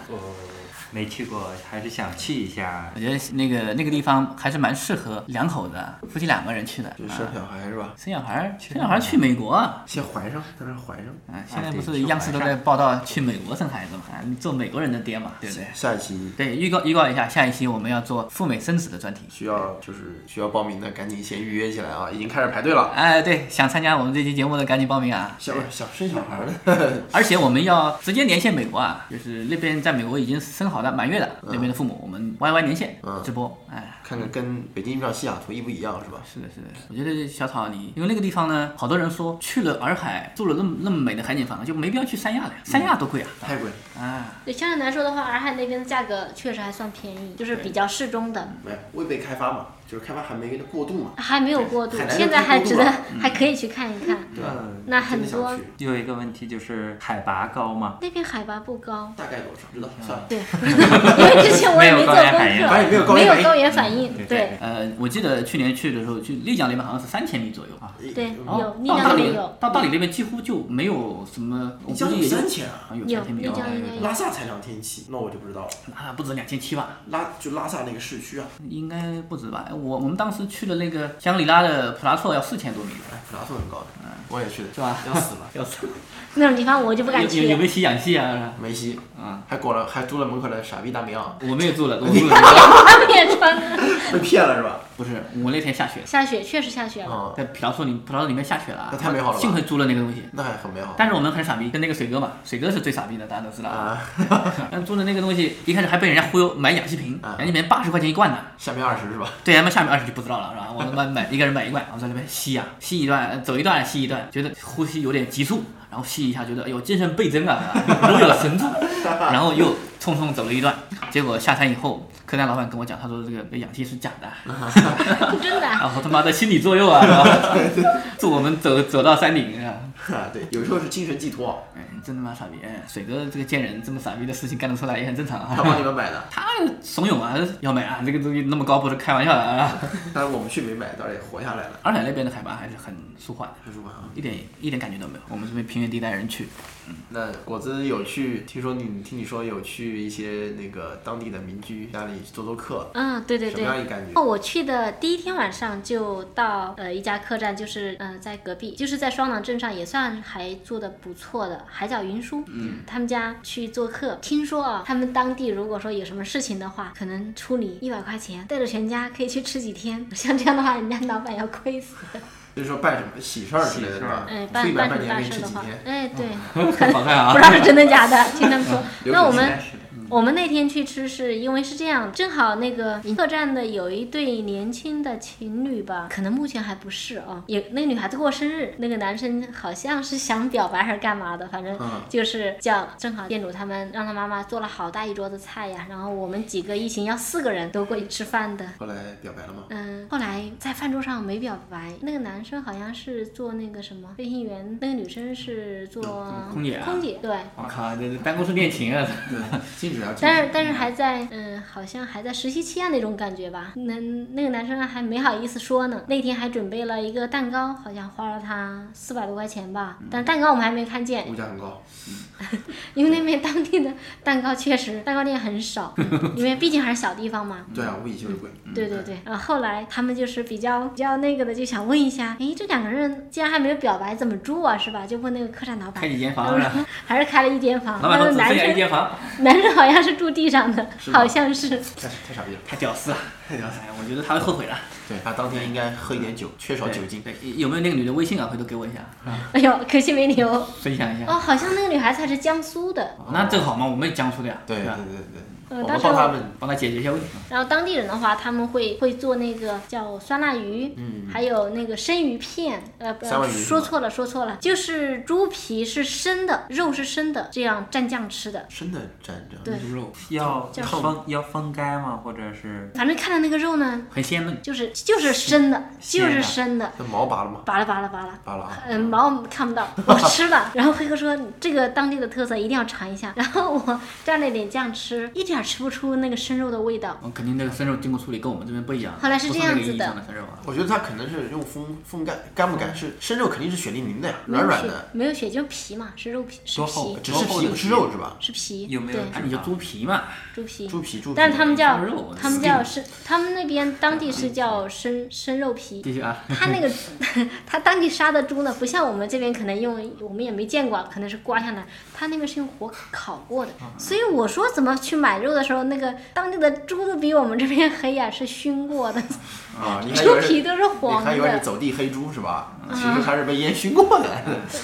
没去过，还是想去一下。
我觉得那个那个地方还是蛮适合两口子，夫妻两个人去的。
就
啊
生小孩是吧？
生小孩儿，生小孩儿去美国啊，
先怀上，在那儿怀上。
啊，现在
啊
不
对
是
去
央视
晚
都
上
在报道去美国生孩子嘛？啊，你做美国人的爹嘛，对不对？
下一期
对，预告预告一下，下一期我们要做赴美生子的专题。
需要就是需要报名的，赶紧先预约起来啊！已经开始排队了。
哎，对，想参加我们这期节目的赶紧报名啊！
想想生小孩
[laughs]
的，
而且我们要直接连线美国啊，就是那边在美国已经生好的满月的那边的父母，我们 YY 连线
嗯
直播，哎，
看看跟北京遇上西雅图一不一样，是吧？
是的，是的，我觉得小草你，因为那个地方呢，好多人说去了洱海，住了那么那么美的海景房，就没必要去三亚了呀，三亚多贵啊！
太贵了，
啊，
对，相对来说的话，洱海那边的价格确实还算便宜，就是比较适中的，
没有哎未被开发嘛，就是开发还没过渡嘛，
还没有过度
海，南
现在还值
就可
得
以过，嗯
还可以去看一看。
对吧？
那
真的
很多
想去，
有一个问题就是海拔高吗？
那边海拔不高，
大概多少？不知道，
嗯
算了。
对， [laughs] 因为之前我也没做功
没有高原
反正
课，
也没有高
没
原
有
反
高
应。
原反应，
对
对
呃，我记得去年去的时候，去丽江那边好像是三千米左右啊。
对，
哦
有丽
到
江
大
那
理
边有，
到大理那边几乎就没有什么，我估
丽江
计
有
也就
三千啊，
好像有
有
三千米
丽
左右
江应该有
拉萨才两千七，那我就不知道了。
啊，不止两千七吧？
拉就拉萨那个市区啊，
应该不止吧？我我们当时去的那个香格里拉的普拉措要四千多米，
哎，普拉索很高的，
嗯
我也去的，
是吧？
要死了，
要死了！
那种地方我就不敢
有有有没有
去。
吸氧气啊？是吧
梅西
啊，
还裹了还租了门口的傻逼大棉
[laughs]
袄，
我们也住了，我住了。
他们也穿了，
被骗了是吧？
不是，我那天下雪，
下雪确实下雪了，
啊，
在普拉措里普拉措里面下雪了啊，
那太美好了吧
幸亏租了那个东西。
那还很美好。
但是我们很傻逼，跟那个水哥嘛，水哥是最傻逼的，大家都知道。
啊，
但租的 [laughs] 那个东西，一开始还被人家忽悠买氧气瓶，
啊
氧气瓶八十块钱一罐呢。
下面二十是吧？
对，他们下面二十就不知道了，是吧？我他妈买一个人买一罐，然后在那边吸啊，吸一段，走一段，吸一段，觉得呼吸有点急促，然后吸一下，觉得哎呦精神倍增啊， [laughs] 如有神助，然后又匆匆走了一段，结果下山以后，客栈老板跟我讲，他说这个氧气是假的，
[laughs] 真的啊。
然后他妈的心理作用啊，然后 [laughs] 助我们走走到山顶啊，
啊， [laughs] 对，有时候是精神寄托，
哎，真他妈傻逼，哎，水哥这个贱人，这么傻逼的事情干得出来也很正常
他帮
啊。
你们买的， [laughs]
他怂恿啊，要买啊，这个东西那么高不是开玩笑的啊。 [laughs]
但是我们去没买，倒是也活下来了。
洱海那边的海拔还是很舒缓的。
很舒服啊。
一点一点感觉都没有。我们这边平原地带人去， [laughs]
那果子有去，听说你听你说有去一些那个当地的民居家里做做客，
嗯，对对
什么
对。
样一感觉？
哦，我去的第一天晚上就到呃一家客栈，就是呃在隔壁，就是在双廊镇上，也算还做的不错的海角云书。嗯，他们家去做客，听说啊，他们当地如果说有什么事情的话，可能出你一百块钱，带着全家可以去吃几天。像这样的话，人家老板要亏死。
就是说办什么喜事儿之类的，是吧？
哎，
出一
办
百块钱
办什么大
可以
事
吃
的
几
话
天，，
哎，对，
好看啊
不知！道是真的假的， [laughs] 听他们说。
有
那
可
我
能
们我们那天去吃是因为是这样，正好那个客栈的有一对年轻的情侣吧，可能目前还不是啊，也那个女孩子过生日，那个男生好像是想表白还是干嘛的，反正
嗯
就是叫正好店主他们让他妈妈做了好大一桌子菜呀，然后我们几个一行要四个人都过去吃饭的，
后来表白了吗？
嗯，后来在饭桌上没表白，那个男生好像是做那个什么飞行员，那个女生是做
空姐啊
空姐对。
我靠，这是办公室恋情啊！
禁止啊，禁
嗯但
止。
是但是还在嗯，好像还在实习期啊那种感觉吧。那那个男生还没好意思说呢。那天还准备了一个蛋糕，好像花了他四百多块钱吧。
嗯
但蛋糕我们还没看见，
物价很高，
因为那边当地的蛋糕确实蛋糕店很少，因为毕竟还是小地方嘛。
对啊，物以稀为贵。
嗯对对对，然后后来他们就是比较比较那个的，就想问一下，诶，这两个人既然还没有表白，怎么住啊，是吧？就问那个客栈老板
开，几间
他
房
们
是
说
吧？
还是开了一间房，
老板
但
说
是
只
男
剩下一
生
间房，
男生好像是住地上的，
是吗
好像是。
太太傻逼了。
太屌丝了，太屌丝！了！我觉得他会后悔的。
对他当天应该喝一点酒，缺少酒精。
对，对有没有那个女的微信啊？回头给我一下，
哎呦，可惜没留。哦，
分享一下。
好像那个女孩子还是江苏的，
那正好嘛，我们也江苏的呀，
对对
啊吧？
对对，
呃
我
但
们
是
帮他
我
们
帮他解决一下问题。
然后当地人的话，他们会会做那个叫酸辣鱼，还有那个生鱼片，呃，不
三文鱼是
说
吗
错了，说错了，就是猪皮是生的，肉是生的，这样蘸酱吃的。
生的蘸着。
对
猪肉
要
叫
风要风干吗？或者是
反正看到那个肉呢，
很鲜嫩，
就是就是生的，
鲜
就
的
是生的，
那毛拔了吗？
拔了拔了拔了。
拔了啊。
嗯，毛我们看不到，我吃了。 [laughs] 然后黑哥说这个当地的特色一定要尝一下。 [laughs] 然后我蘸了点酱吃，一点儿吃不出那个生肉的味道。
我肯定那个生肉经过处理跟我们这边不一样。
后来是
不
这样
那个
子
意义
的
上的生肉啊。
我觉得他可能是用风风干，干不干是生肉肯定是血淋淋的呀，软软的，
没有血，没有血就是皮嘛，是肉皮，是
多厚
皮，
只是皮不吃肉是吧？
是皮，
有没有
那
对
你就猪皮嘛，
猪皮？
猪皮猪皮。
但是他们叫
猪肉
他们叫生，他们那边当地是叫生生肉皮。
继续啊。
他那个 [laughs] 他当地杀的猪呢，不像我们这边可能用，我
啊
们也没见过，可能是刮下来，他那边是用火烤过的。所以我说怎么去买肉路的时候，那个当地的猪都比我们这边黑呀、是熏过的， [laughs]
啊，你还以
猪
为
皮
是
都是
你
黄
还以为是
的。嗯
走地黑猪是吧？其实它是被烟熏过的。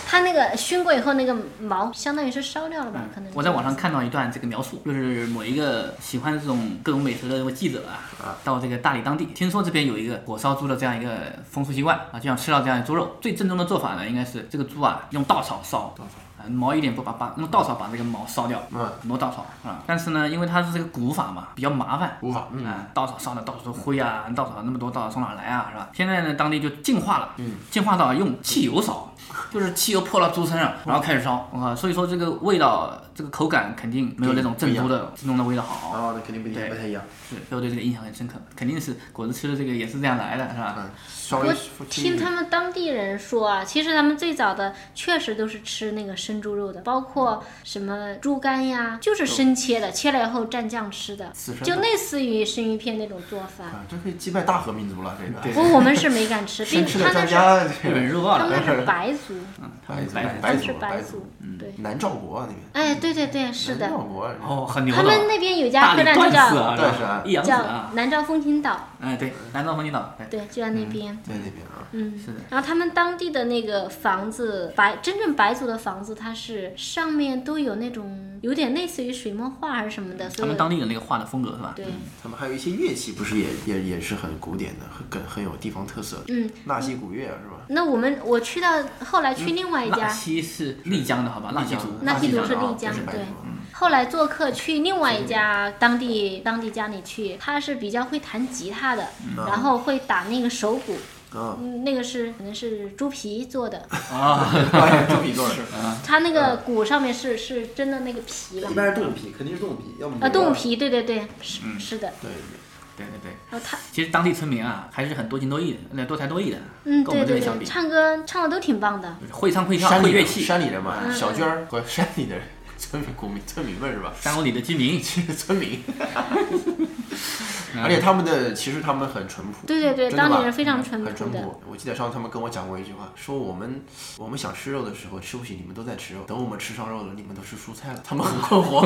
它那个熏过以后，那个毛相当于是烧掉了吧？可能
嗯我在网上看到一段这个描述，就是某一个喜欢这种各种美食的这个记者啊，到这个大理当地，听说这边有一个火烧猪的这样一个风俗习惯啊，就想吃到这样的猪肉。最正宗的做法呢，应该是这个猪啊用稻草烧，啊毛一点不拔，把用稻草把这个毛烧掉，
嗯
挪稻草啊。但是呢，因为它是这个古法嘛，比较麻烦，
古法嗯
啊、稻草烧的到处都灰啊，稻草那么多，稻草从哪来啊，是吧？现在呢，当地就进化了，嗯，进化到用汽油烧。 [laughs] 就是汽油泼到猪身上，然后开始烧，我靠！所以说这个味道，这个口感肯定没有那种正宗的正宗的味道好，
哦，那肯定不一样，
对
不太一样。
是，所以我对这个印象很深刻。肯定是果子吃的这个也是这样来的，是 [laughs] 吧？
嗯，稍微
我听他们当地人说啊，其实他们最早的确实都是吃那个生猪肉的，包括什么猪肝呀，就是生切的，切了以后蘸酱吃的
死生，的
就类似于生鱼片那种做法。
啊，这可以击败大和民族了，这个。 [laughs]
对
不过我们是没敢吃，
生
并
吃
他
的
那
专
是
家，
日本人入报
他们
了，嗯
那是白族，
白
白族
嗯
他
白
们是
族
白
族，
族，对。
南诏国啊那边。
哎，对对对，是的
南。诏国啊，
哦，很牛
他
的。
们那边有家
大
客
理
栈
段
就
子啊，
段
是
子
吧
啊
一阳子
叫
啊，
南诏风情岛，
哎，对，南诏风景岛，对，
对，就在那边。
在那边啊，
嗯，
是的
然后他们当地的那个房子，白真正白族的房子，它是上面都有那种有点类似于水墨画还是什么的，所
他
以
们当地的那个画的风格是吧？
对，
他们还有一些乐器，不是也也也是很古典的，很很很有地方特色的。
嗯，
纳西古乐啊是吧？
那我们我去到后来
嗯
去另外一
纳
家，
西是丽江的，好吧？纳西族，
纳西族是
的啊
丽江
不是白
对
族啊
后来做客去另外一家当地当地家里去，他是比较会弹吉他的，
嗯
然后会打那个手鼓，
哦
啊，
嗯，那个是可能是猪皮做的，
啊
哎这么一个人，
它那
嗯
个鼓上面是是真的那个皮吧
一？般是动物皮，肯定是动物皮，要么
啊，动物。皮，对对对，是、
嗯
是的。
对，
[laughs] 对对对。
然后他，
其实当地村民啊，还是很多情多义的，那多才多艺的，啊
嗯，
跟我
对
们这
对
边相
对，
比，嗯
唱歌唱的都挺棒的。
会唱会跳
山
会
里
乐
人
器，
山里人嘛，
嗯
小娟儿，和山里的人，村民古民村民们是吧？
山沟里的居民，
村民，而且他们的其实他们很淳朴，
对对对，
真的吧
当地人非常淳
嗯
很
朴
淳
的。
朴。我记得上次他们跟我讲过一句话，说我们我们想吃肉的时候吃不起，你们都在吃肉；等我们吃上肉了，你们都吃蔬菜了。他们很困惑，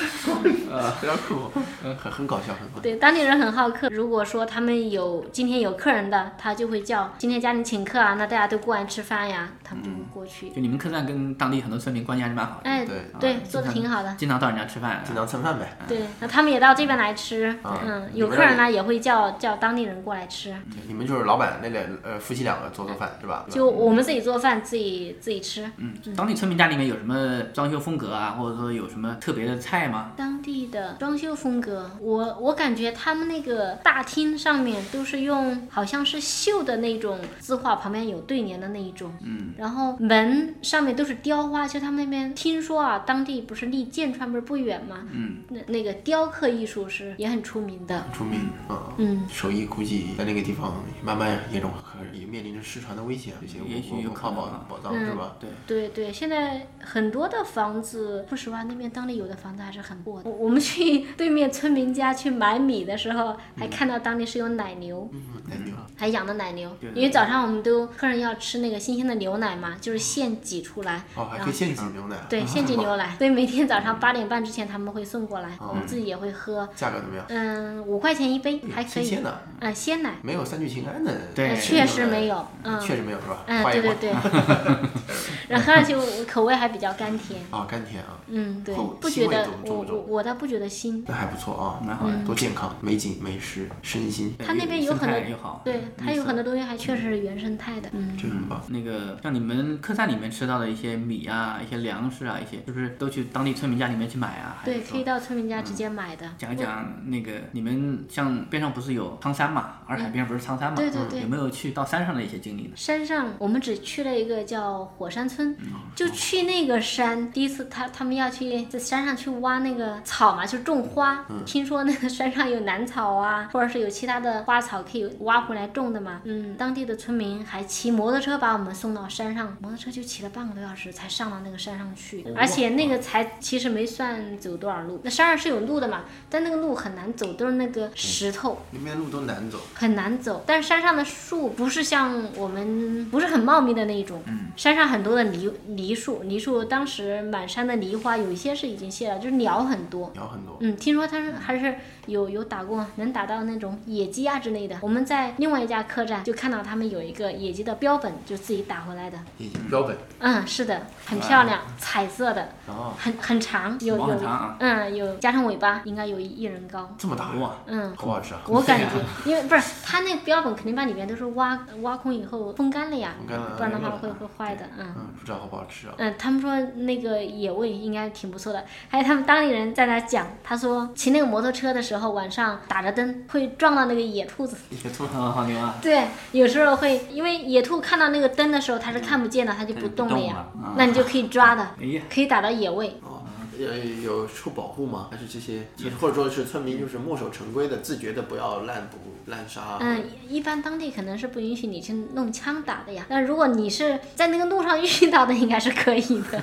非常困惑，很很搞笑，很搞笑。
对，当地人很好客。如果说他们有今天有客人的，他就会叫今天家里请客啊，那大家都过来吃饭呀，他们就
嗯
会过去。
就你们客栈跟当地很多村民关系还是蛮好的，
哎，
对
对，
啊
做的挺好的。
经常到人家吃饭，啊
经常蹭饭呗，
对，那他们也到这边来吃，
啊
嗯，
你
有
们
客人
让
呢也会叫叫当地人过来吃。
对你们就是老板那两呃夫妻两个做做饭是吧？对吧
就我们自己做饭，自己自己吃。
嗯，当地村民家里面有什么装修风格啊，或者说有什么特别的菜吗？
当地的装修风格，我我感觉他们那个大厅上面都是用好像是绣的那种字画，旁边有对联的那一种，嗯，然后门上面都是雕花，其实他们那边听说啊，当地不是离剑川不是不远嘛，嗯，那那个雕刻艺术是也很出名的，
出名啊，
嗯，
手艺估计在那个地方慢慢也种可也面临着失传的危险，这些
也许
文
有可
化
能
宝
啊
宝藏是吧？对。
对对，现在很多的房子，说实话，那边当地有的房子还是很破的。我我们去 [laughs] 对面村民家去买米的时候，
嗯
还看到当地是有奶牛，
奶牛，
还养的奶牛，因为早上我们都客人要吃那个新鲜的牛奶嘛，就是现挤出来，
哦，还
然
可
后
以现挤牛奶，
嗯
啊
对现挤牛奶，所以每天早上八点半之前他们会送过
哦
来，我们自己也会喝，
[laughs] 价格怎么样？
嗯，五块钱一杯还可
新
以
鲜，的，哎
嗯，鲜奶，
没有三聚氰胺的，
对
呃确实没有，嗯，
确实没有是吧？
嗯，
换一
对对
换
对，
[laughs]
[laughs] 然后而且我口味还比较甘甜，
啊，甘甜啊，
嗯，对
口，
不
腥
觉
味
得
重不
我
重
我我倒不觉得腥，
那还不错啊，
蛮
嗯
好的，
多健康，美景、美食、身心，
它那边有
生
很
态又
多，
好，嗯
对，它有很多东西还确实是原生态的，嗯，
这个很棒。
那个像你们客栈里面吃到的一些米啊、一些粮食啊、一些，是不是都去当地村民家里面去买啊？还是
对，
说
可以到村民家直接买的，
讲一讲那个你们像边上不是有苍山嘛，洱海边上不是苍山嘛，嗯
嗯对对对
有没有去到山上的一些经
[laughs]
历呢？
山上，我们只去了一个叫火山村，就去那个山。第一次他他们要去在山上去挖那个草嘛，就种花。听说那个山上有南草啊，或者是有其他的花草可以挖回来种的嘛。嗯，当地的村民还骑摩托车把我们送到山上，摩托车就骑了半个多小时才上到那个山上去，而且那个才其实没算走多少路，那山上是有路的嘛，但那个路很难走，都是那个石头。
嗯
那边路都难走，
很难走，但是山上的树不是像我们不是很茂密的那种，山上很多的梨梨树，梨树当时满山的梨花，有一些是已经谢了，就是鸟很多，
小很多。
嗯，听说他是还是有有打过，能打到那种野鸡啊之类的。我们在另外一家客栈就看到他们有一个野鸡的标本，就自己打回来的。
也标本
嗯，是的，很漂亮，彩色的，
哦，
很很长，有
毛
有
很长啊
嗯，有加上尾巴，应该有一一人高。
这么大
哇，
嗯，
好不好吃啊？
[laughs] 我感觉，因为不是它那标本肯定把里面都是挖挖空以后风干了呀，
风干了
不然的
没
话
有
会
了
会坏的。嗯
嗯，不知道好不好吃啊？
嗯，他们说那个野味应该挺不错的。还有他们当地人在那讲，他说骑那个摩托车的时候晚上打着灯会撞到那个野兔子。
野兔好好牛啊！
对，有时候会因为野兔看到那个灯的时候它是看不见的，它就
它
不
就不
动了
动
呀
了。
那你就可以抓的，
哎呀，
可以打到野味。
嗯
哦，呃，有受保护吗？还是这些，或者说是村民就是墨守成规的，自觉的不要滥捕滥杀？啊
嗯，一般当地可能是不允许你去弄枪打的呀。但如果你是在那个路上 [laughs] 遇到的，应该是可以的。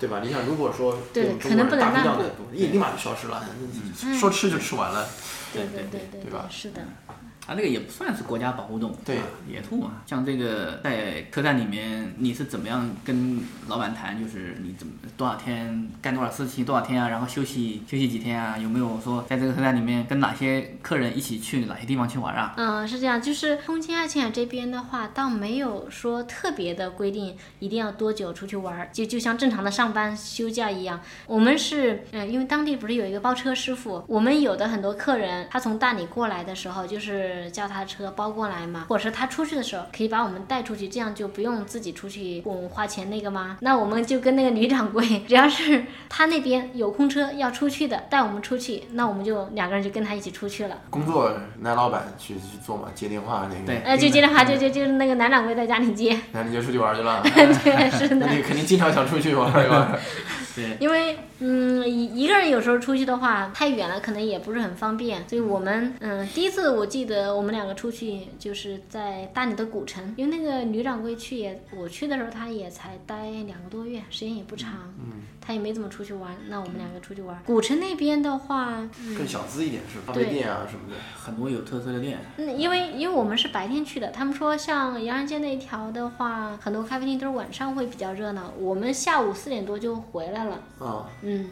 对吧？你想，如果说
对
我们中国
可能嗯
人
不
大
能
批量
滥
的，也立马就消失了，嗯说吃就吃完了。
对对对对嗯
对吧
是的。
它啊这个也不算是国家保护动物，
对
啊野兔嘛。像这个在客栈里面，你是怎么样跟老板谈？就是你怎么多少天干多少事情，多少天啊，然后休息休息几天啊？有没有说在这个客栈里面跟哪些客人一起去哪些地方去玩啊？
嗯，是这样，就是东京爱琴海这边的话，倒没有说特别的规定一定要多久出去玩儿，就就像正常的上班休假一样。我们是，嗯，因为当地不是有一个包车师傅，我们有的很多客人，他从大理过来的时候，就是叫他车包过来嘛，或者是他出去的时候，可以把我们带出去，这样就不用自己出去嗯花钱那个嘛。那我们就跟那个女掌柜，只要是他那边有空车要出去的，带我们出去，那我们就两个人就跟他一起出去了。
工作男老板去去做嘛，接电话那
对
个，
呃，就接电话，就就就是那个男掌柜在家里接，
那你就出去玩去
[laughs]
了。
对，是
那
的，
你肯定经常想出去玩 [laughs] 一玩。
因为嗯，一一个人有时候出去的话太远了，可能也不是很方便，所以我们嗯，第一次我记得我们两个出去就是在大理的古城，因为那个女掌柜去也，我去的时候她也才待两个多月，时间也不长，嗯，她也没怎么出去玩，那我们两个出去玩，古城那边的话，
嗯更小资一点是吧？咖
对
啡店啊什么的，
很多有特色的店，
嗯，因为因为我们是白天去的，他们说像洋人街那一条的话，很多咖啡厅都是晚上会比较热闹。我们下午四点多就回来了，
啊，
嗯，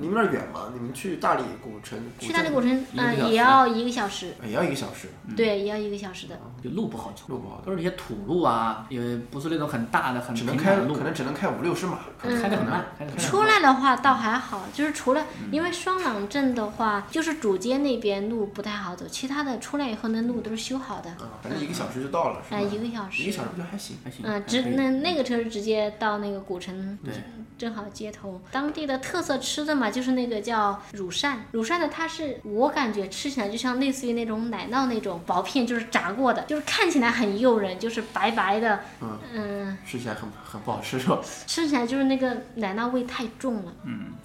你们那儿远吗？你们去大理古城，
去大理
镇
古城，
一个小
嗯、
时嗯
也要一个小时，
也要一个小时，
对，也要一个小时的。
就路不好走，
路不好走
都是一些土路啊，也不是那种很大的很
只
平
能
坦
开，
的路
可，能只能开五六十码。
嗯
开得很慢，开得很慢
出来的话倒还好，就是除了
嗯
因为双廊镇的话，就是主街那边路不太好走，其他的出来以后那路都是修好
哦
的，
啊，反正一个小时就到了，是吧？
哎一个小时
一个小时不就还行？
还行，
嗯，
还
直
可以
那那个车是直接到那个古城，
对
正好街头当地的特色吃的嘛，就是那个叫乳扇。乳扇的它是我感觉吃起来就像类似于那种奶酪那种薄片，就是炸过的，就是看起来很诱人，就是白白的，
嗯
嗯，
吃起来很很不好吃是吧？
吃起来就是那个奶酪味太重了，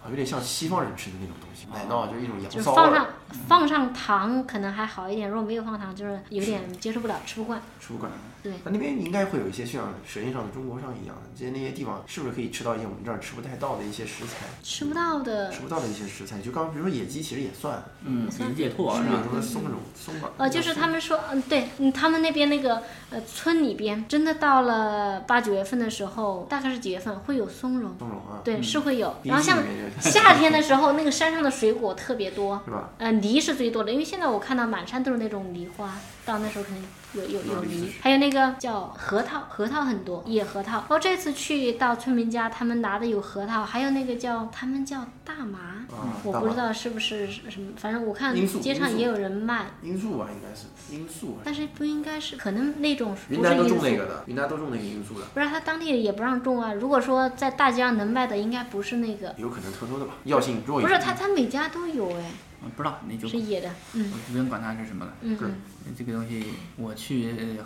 啊，有点像西方人吃的那种东西，奶酪就是一种
就
羊
是
骚
放
味
上
儿，
放上糖可能还好一点，如果没有放糖就是有点接受不了，吃不惯。
吃不惯。
对
那那边应该会有一些像舌尖上的中国上一样的，这些那些地方是不是可以吃到一些我们这儿吃不太到的一些食材？
吃不到的
吃不到的一些食材，就刚比如说野鸡，其实也算，
嗯，理解兔啊，
是不
是
是有
吧
什？么松茸、松茸？
呃，嗯就是他们说，嗯，对，嗯，他们那边那个呃村里边，真的到了八九月份的时候，大概是几月份会有松茸，
松茸啊，
对，是会有。
冰
然后
淇淋
像
里面就
夏天的时候，那个山上的水果特别多，
是吧？
呃，梨是最多的，因为现在我看到满山都是那种梨花，到那时候肯定有有有
哦
梨，还有那个叫核桃，核桃很多，野核桃。然后这次去到村民家，他们拿的有核桃，还有那个叫他们叫大麻，
啊
我
大
不知
麻
道是不是什么，反正我看
罂粟
街
罂
上
粟
也有人卖。
罂粟吧，应该是罂粟啊。
但是不应该是，可能那种不是
云南都
罂
种
粟
那个的，云南都种那个罂粟的，
不是他当地也不让种啊。如果说在大街上能卖的，应该不是那个，
有可能偷偷的吧，药性弱一
不
点。
是他他每家都有哎，
嗯不知道，那就是
野的，嗯
我不用管它是什么了。
嗯
对
嗯
这个东西我去呃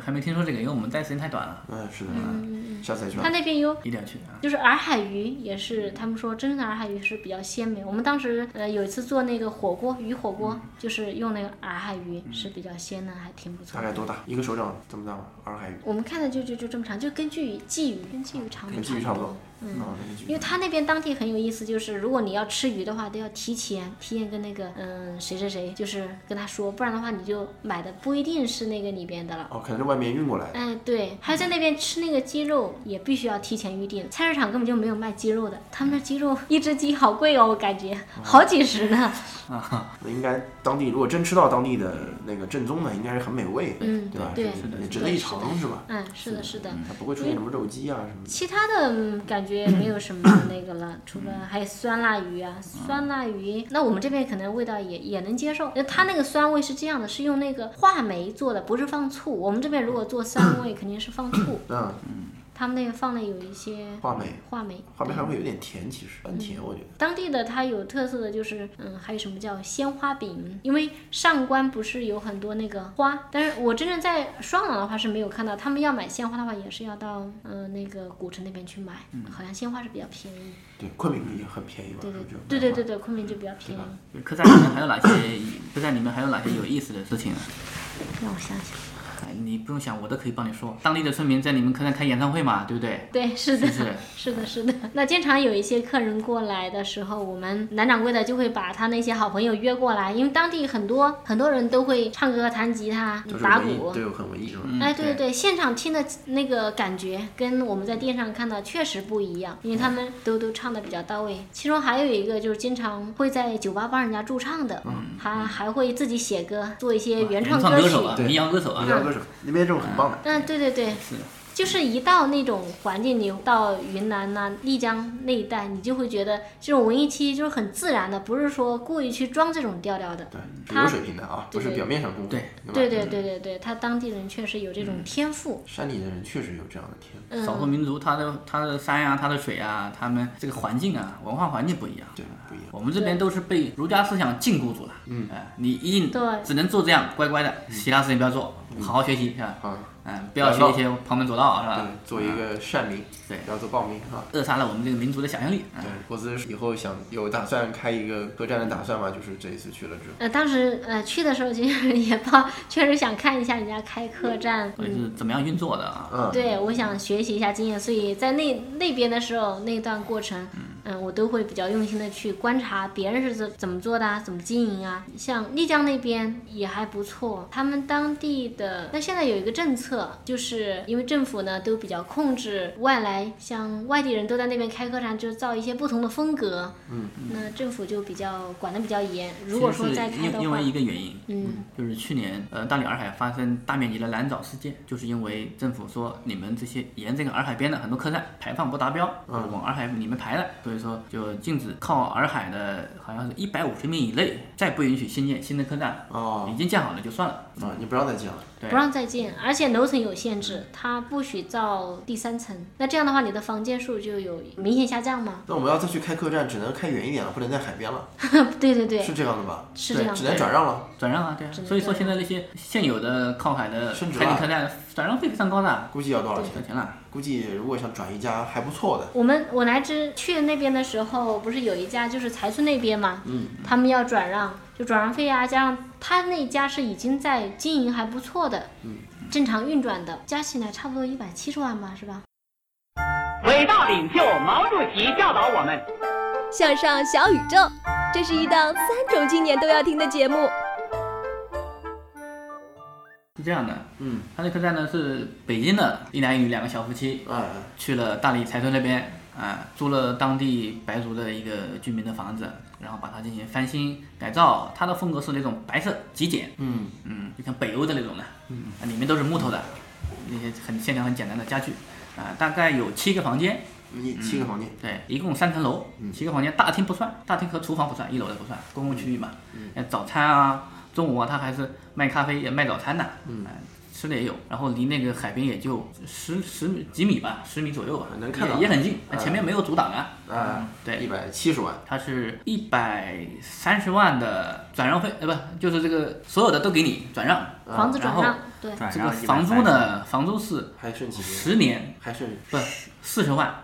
还没听说这个，因为我们待时间太短了，
嗯，是的，
嗯嗯
下次再去
嗯，他
吧。
那边有。
一定要去啊。
就是洱海鱼也是，他们说真正的洱海鱼是比较鲜美。我们当时呃有一次做那个火锅鱼火
嗯
锅，就是用那个洱海鱼是比较鲜的，还挺不错
大概
的。
多大？一个手掌这么大吗？洱海鱼，
我们看的就就就这么长，就跟鲫鱼鲫鱼跟鲫鱼长
跟
度
鲫鱼差不
不
多。
多嗯
啊。，那个
因
鲫
为
鱼。
他那边当地很有意思，就是如果你要吃鱼的话，都要提前提前跟那个嗯谁谁谁，就是跟他说，不然的话你就买的不一定是那个里边的了。
哦，可能是外面运过来的。
哎，对，还有在那边吃那个鸡肉也必须要提前预定，菜市场根本就没有卖鸡肉的，他们那鸡肉一只鸡好贵哦，我感觉好几十呢。
那应该当地如果真吃到当地的那个正宗的，应该是很美味的，
嗯
对吧？
对
是
是的
也值
是
得
的
一
是的
尝，是吧？
嗯，是的，是的。
它不会出现什么肉鸡啊什么的。
其他的嗯感觉也没有什么那个
嗯
了，除了还有酸辣鱼啊，酸辣鱼，那我们这边可能味道也也能接受。那它那个酸味是这样的，是用那个话梅做的，不是放醋。我们这边如果做酸味，肯定是放醋，
嗯，
他们那个放的有一些
话梅，
话梅。
话梅还会有点甜，其实
嗯
蛮甜，我觉得。
当地的它有特色的就是，嗯，还有什么叫鲜花饼？因为上官不是有很多那个花，但是我真正在双廊的话是没有看到，他们要买鲜花的话也是要到嗯、呃那个古城那边去买，
嗯
好像鲜花是比较便宜。
对，昆明也很便宜吧？
对对
是不是
对对对对，昆明就比较便宜。
客栈里面还有哪些？客栈里面还有哪些有意思的事情呢？啊
让我想
[laughs]
想，
哎你不用想，我都可以帮你说。当地的村民在你们客栈开演唱会嘛，对不对？
对，是的，
是不是
是的，是的。那经常有一些客人过来的时候，我们男掌柜的就会把他那些好朋友约过来，因为当地很多很多人都会唱歌、弹吉他
嗯就、是
打
文艺
鼓，。
对，很文艺是吧？
嗯
哎，对
对
对，现场听的那个感觉跟我们在电视上看到确实不一样，因为
嗯
他们都都唱的比较到位。其中还有一个就是经常会在酒吧帮人家驻唱的，
嗯
还还会自己写歌，做一些原
创
创歌曲。
歌手啊，民谣歌手啊
民，谣歌手那边这种很棒的，
嗯，对对对，就是一到那种环境，你到云南呐、丽江那一带，你就会觉得这种文艺气就是很自然的，不是说故意去装这种调调的。
对，是
嗯他
有水平的啊，不
对
是表面上功夫。
对嗯
吧
对对对对对，他当地人确实有这种天赋。
山里的人确实有这样的天赋。
嗯，
少数民族，它的它的山呀、它的水啊，他们这个环境啊，文化环境不一样。
对，不一样。
我们这边都是被儒家思想禁锢住了。嗯，哎，你一定
对
只能做这样，乖乖的，其他事情不要做，
嗯
好好学习，是吧？
啊，
嗯，不要学一些旁门左道，是吧
对？，做一个善民，
啊对
不要做暴民啊。
扼杀了我们这个民族的想象力。嗯
对，国资以后想有打算开一个客栈的打算吗？就是这一次去了之后，
呃，当时呃去的时候其实也抱，确实想看一下人家开客栈，
到底是怎么样运作的啊？
嗯，
对我想学习一下经验，所以在那那边的时候那段过程，嗯、我都会比较用心的去观察别人是怎怎么做的啊，怎么经营啊。像丽江那边也还不错，他们当地的那现在有一个政策，就是因为政府呢都比较控制外来，像外地人都在那边开客栈，就造一些不同的风格。嗯，那政府就比较管的比较严。如果说
其实
再
是
开的
因因
话
为，一个原因，
嗯，
就是去年呃大理洱海发生大面积的蓝藻事件，就是因为政府说你们这些沿这个洱海边的很多客栈排放不达标，
嗯
就是往洱海里面排的，所以说就禁止靠洱海的好像是一百五十米以内再不允许新建新的客栈，
哦
已经建好了就算了。
啊，你不让再讲了，
对
不让再建，而且楼层有限制，它不许造第三层。那这样的话，你的房间数就有明显下降吗？ [laughs]
那我们要再去开客栈，只能开远一点了，不能在海边了，
对对对
是，这样的吧？
是这样
只
的。
能转让了。
转让啊，对啊，
只能
所以说
转
现
让
在那些现有的靠海的
升值
海景
了
客栈转让费非常高的，
估计要多少钱
小？钱了。
估计如果想转一家还不错的，
我们我来之去那边的时候，不是有一家就是财村那边嘛，嗯，他们要转让，就转让费啊，加上他那家是已经在经营还不错的，嗯，正常运转的，加起来差不多一百七十万吧，是吧？
伟大领袖毛主席教导我们。
向上小宇宙，这是一档三种青年都要听的节目。
是这样的，
嗯，
他那客栈呢是北京的一男一女两个小夫妻，
哎，
去了大理柴村那边啊，租了当地白族的一个居民的房子，然后把它进行翻新改造。它的风格是那种白色极简，
嗯
嗯，就像北欧的那种的，嗯，里面都是木头的，那些很线条很简单的家具啊，大概有七个房间，
你七个房间，
对，一共三层楼，七个房间，大厅不算，大厅和厨房不算，一楼的不算，公共区域嘛。嗯，早餐啊，中午啊，他还是卖咖啡也卖早餐的，嗯、吃的也有，然后离那个海边也就十十米几米吧，十米左右吧，
能看到
也也很近，前面没有阻挡啊。
哎，
对，
一百七十万，
它是一百三十万的转让费，呃，不，就是这个所有的都给你转让，
房子转
然
让
后，
对，
转
这个
让130
房租？呢，房租是
还剩几年？
十年
还剩嗯
不四十万，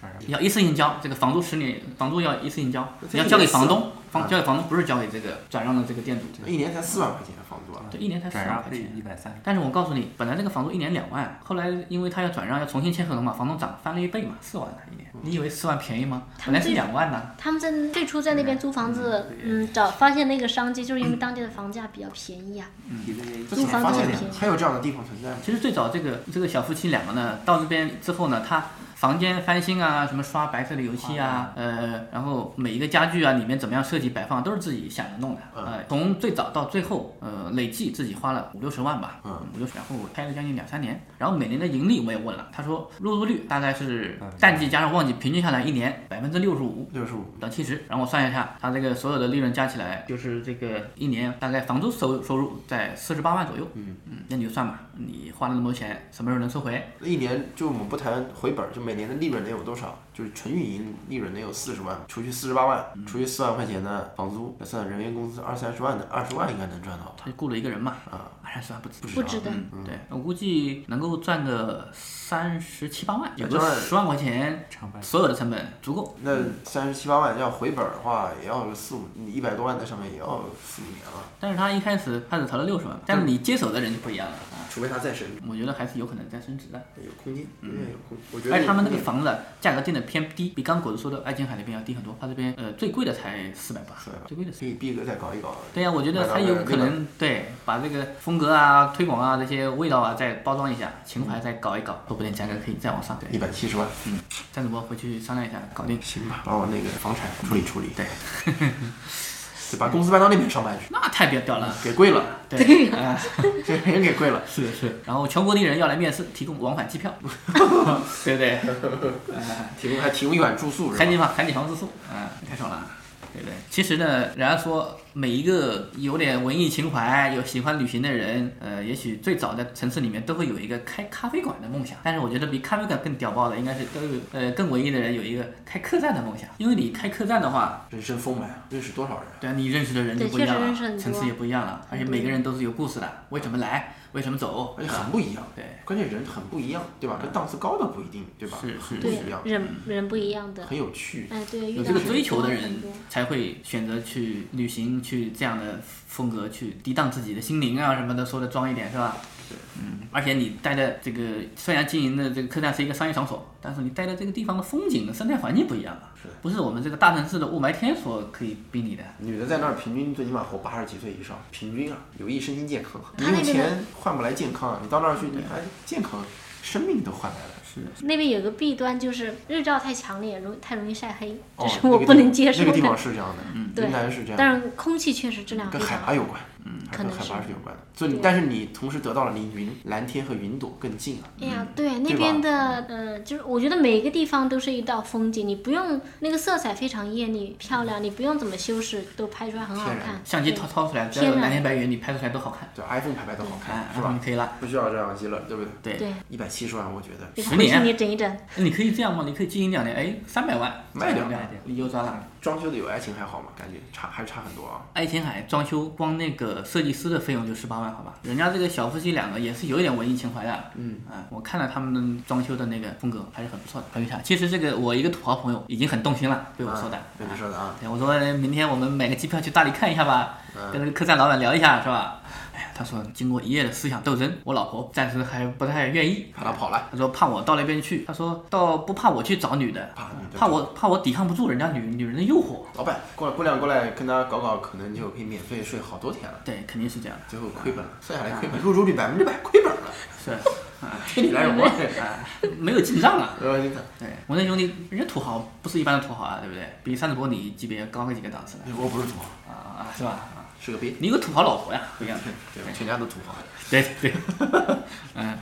转让
要一次性交，这个房租十年，房租要一次性交，嗯你要交给房东，房交给房东，不是交给这个转让的这个店主，
一年才四万块钱的房租啊，
对，一年才四
转
万
让
块
费
钱。
一百三十，
但是我告诉你，本来这个房租一年两万，后来因为他要转让，要重新签合同嘛，房东涨翻了一倍嘛，四万了一年。你以为四万便宜吗？本来是两万呢。
他们在最初在那边租房子，嗯，找发现那个商机，就是因为当地的房价比较便宜啊。
提的这
这怎么发现的？还有这样的地方存在吗？
嗯其实最早这个这个小夫妻两个呢，到这边之后呢，他房间翻新啊，什么刷白色的油漆啊，呃，然后每一个家具啊里面怎么样设计摆放，都是自己想着弄的。
嗯
呃，从最早到最后，呃，累计自己花了五六十万吧，
嗯
五六十，然后开了将近两三年，然后每年的盈利我也问了，他说入住率大概是
嗯
淡季加上旺季平均下来一年百分之六十五。
六十五，
到七十，然后我算一下，他这个所有的利润加起来，就是这个一年大概房租收收入在四十八万左右。嗯嗯，那你就算吧，你花了那么多钱，什么时候能收回？
一年就我们不谈回本儿，就每年的利润得有多少？就是纯运营利润得有四十万，除去四十八万，
嗯
除去四万块钱的房租，再算人员工资二三十万的，二十万应该能赚到吧？
他就雇了一个人嘛，哎
啊，
二十万不止，
不值得。
嗯，对我估计能够赚个三十七八万，有
那
个
赚
十万块钱，
成本
所有的成本足够。
那三十七八万要回本儿的话，也要四五一百多万在上面，也要四五年了，
但是他一开始他只投了六十万，但是你接手的人就不一样了啊。
除非他再升，
我觉得还是有可能再升值的，
有空间，永远有空。我觉得
而且他们那个
有
房子价格定的偏低，比刚果子说的爱琴海那边要低很多。他这边呃最贵的才四百八
空间，
最贵的
可以逼格再搞一搞。
对呀、我觉得
麦
他
当
有
劳
可
那个
能对把这个风格啊、推广啊这些味道啊再包装一下，情怀再搞一搞，说不定价格可以再往上。
一
对，嗯
百七十万，
张主播回去商量一下，搞定。
行吧，把我那个房产处理处理，
对，
[laughs] 就把公司搬到那边上班去，
那太别屌 [laughs] 了，
给贵 [laughs] 了，
对，啊，
这人给贵了。
是的是。然后全国丽人要来面试，提供往返机票， [laughs] 对不对？ [laughs]
提供还提供一晚住宿是
海
吧
景？房，海景房自宿，嗯，太爽了。对不对？其实呢，人家说每一个有点文艺情怀、有喜欢旅行的人，呃，也许最早在城市里面都会有一个开咖啡馆的梦想。但是我觉得比咖啡馆更屌爆的，应该是都有呃更文艺的人有一个开客栈的梦想。因为你开客栈的话，
人生丰满，认识多少人？
对啊，你认识的人就
对
不一样
确实
了
认识很，多
层次也不一样了，而且每个人都是有故事的，为什么来，为什么走，
而且很不一样，
对
关键人很不一样，对吧？跟档次高的不一定，对吧？
是
很不
对
一样，，
人人不一样的。
很有趣。
哎，对，
有
遇
这
到
个追求的人
很多
才会选择去旅行，去这样的风格去涤荡自己的心灵啊什么的，说的装一点是吧？嗯，而且你待的这个虽然经营的这个客栈是一个商业场所，但是你待的这个地方的风景、生态环境不一样了，不是我们这个大城市的雾霾天所可以比拟的。
女的在那儿平均最起码活八十几岁以上，平均啊，有益身心健康。你
他那
用
边的嗯
钱换不来健康，你到那儿去，你还健康，生命都换来了。是
那边有个弊端就是日照太强烈，容太容易晒黑，
哦
这，是
那
我
个
不
地
能接受
那个地方
的。嗯
是这样的，
对
云南是这样的，
但是空气确实质量非
跟海
常
拔
好。
有关，嗯，还
可
跟
能
海拔
是
是有关的。所以你，但是你同时得到了离云蓝天和云朵更近了。啊
哎呀，
嗯
对，
对
那
吧
边的，呃，就是我觉得每一个地方都是一道风景，你不用那个色彩非常艳丽漂亮，你不用怎么修饰，都拍出来很好
天然
看。
相机
对
掏掏出来，只要有
天然
蓝天白云，你拍出来都好看，
对，iPhone 拍拍都好看，
哎，
是
然后你
吧？
可以了。
不需要照相机了，对不对？
对，
对，
一百七十万，我觉得
给他
十
回去
年
你整一整，
那你可以这样吗？你可以经营两年，哎，三百万
卖
两
掉
点，你又赚了。
装修的有爱情还好吗？感觉差还是差很多啊。
爱琴海装修光那个设计师的费用就十八万，好吧？人家这个小夫妻两个也是有一点文艺情怀的。嗯啊，我看了他们装修的那个风格还是很不错的。还有一下，其实这个我一个土豪朋友已经很动心了，被我说的。
啊对你说的啊，
对，我说明天我们买个机票去大理看一下吧，
嗯
跟那个客栈老板聊一下，是吧？哎呀，他说经过一夜的思想斗争，我老婆暂时还不太愿意。
怕他跑了，
他说怕我到那边去，他说倒不怕我去找女的，
怕女的
怕我怕我抵抗不住人家女女人的诱惑。
老板过来，姑娘过来跟他搞搞，可能就可以免费睡好多天了。
对，肯定是这样的。
最后亏
啊
本了，算下来亏本，入住率百分之百亏本了，
是。
天理难容啊！
啊，没有进账了。
呃，你看，
对，我那兄弟，人家土豪不是一般的土豪啊，对不对？比三主播你级别高个几个档次的
我不是土豪，
啊啊，是吧？啊，
是个鳖，
你有个土豪老婆呀，不一样。
对吧？全家都土豪。
对对，嗯，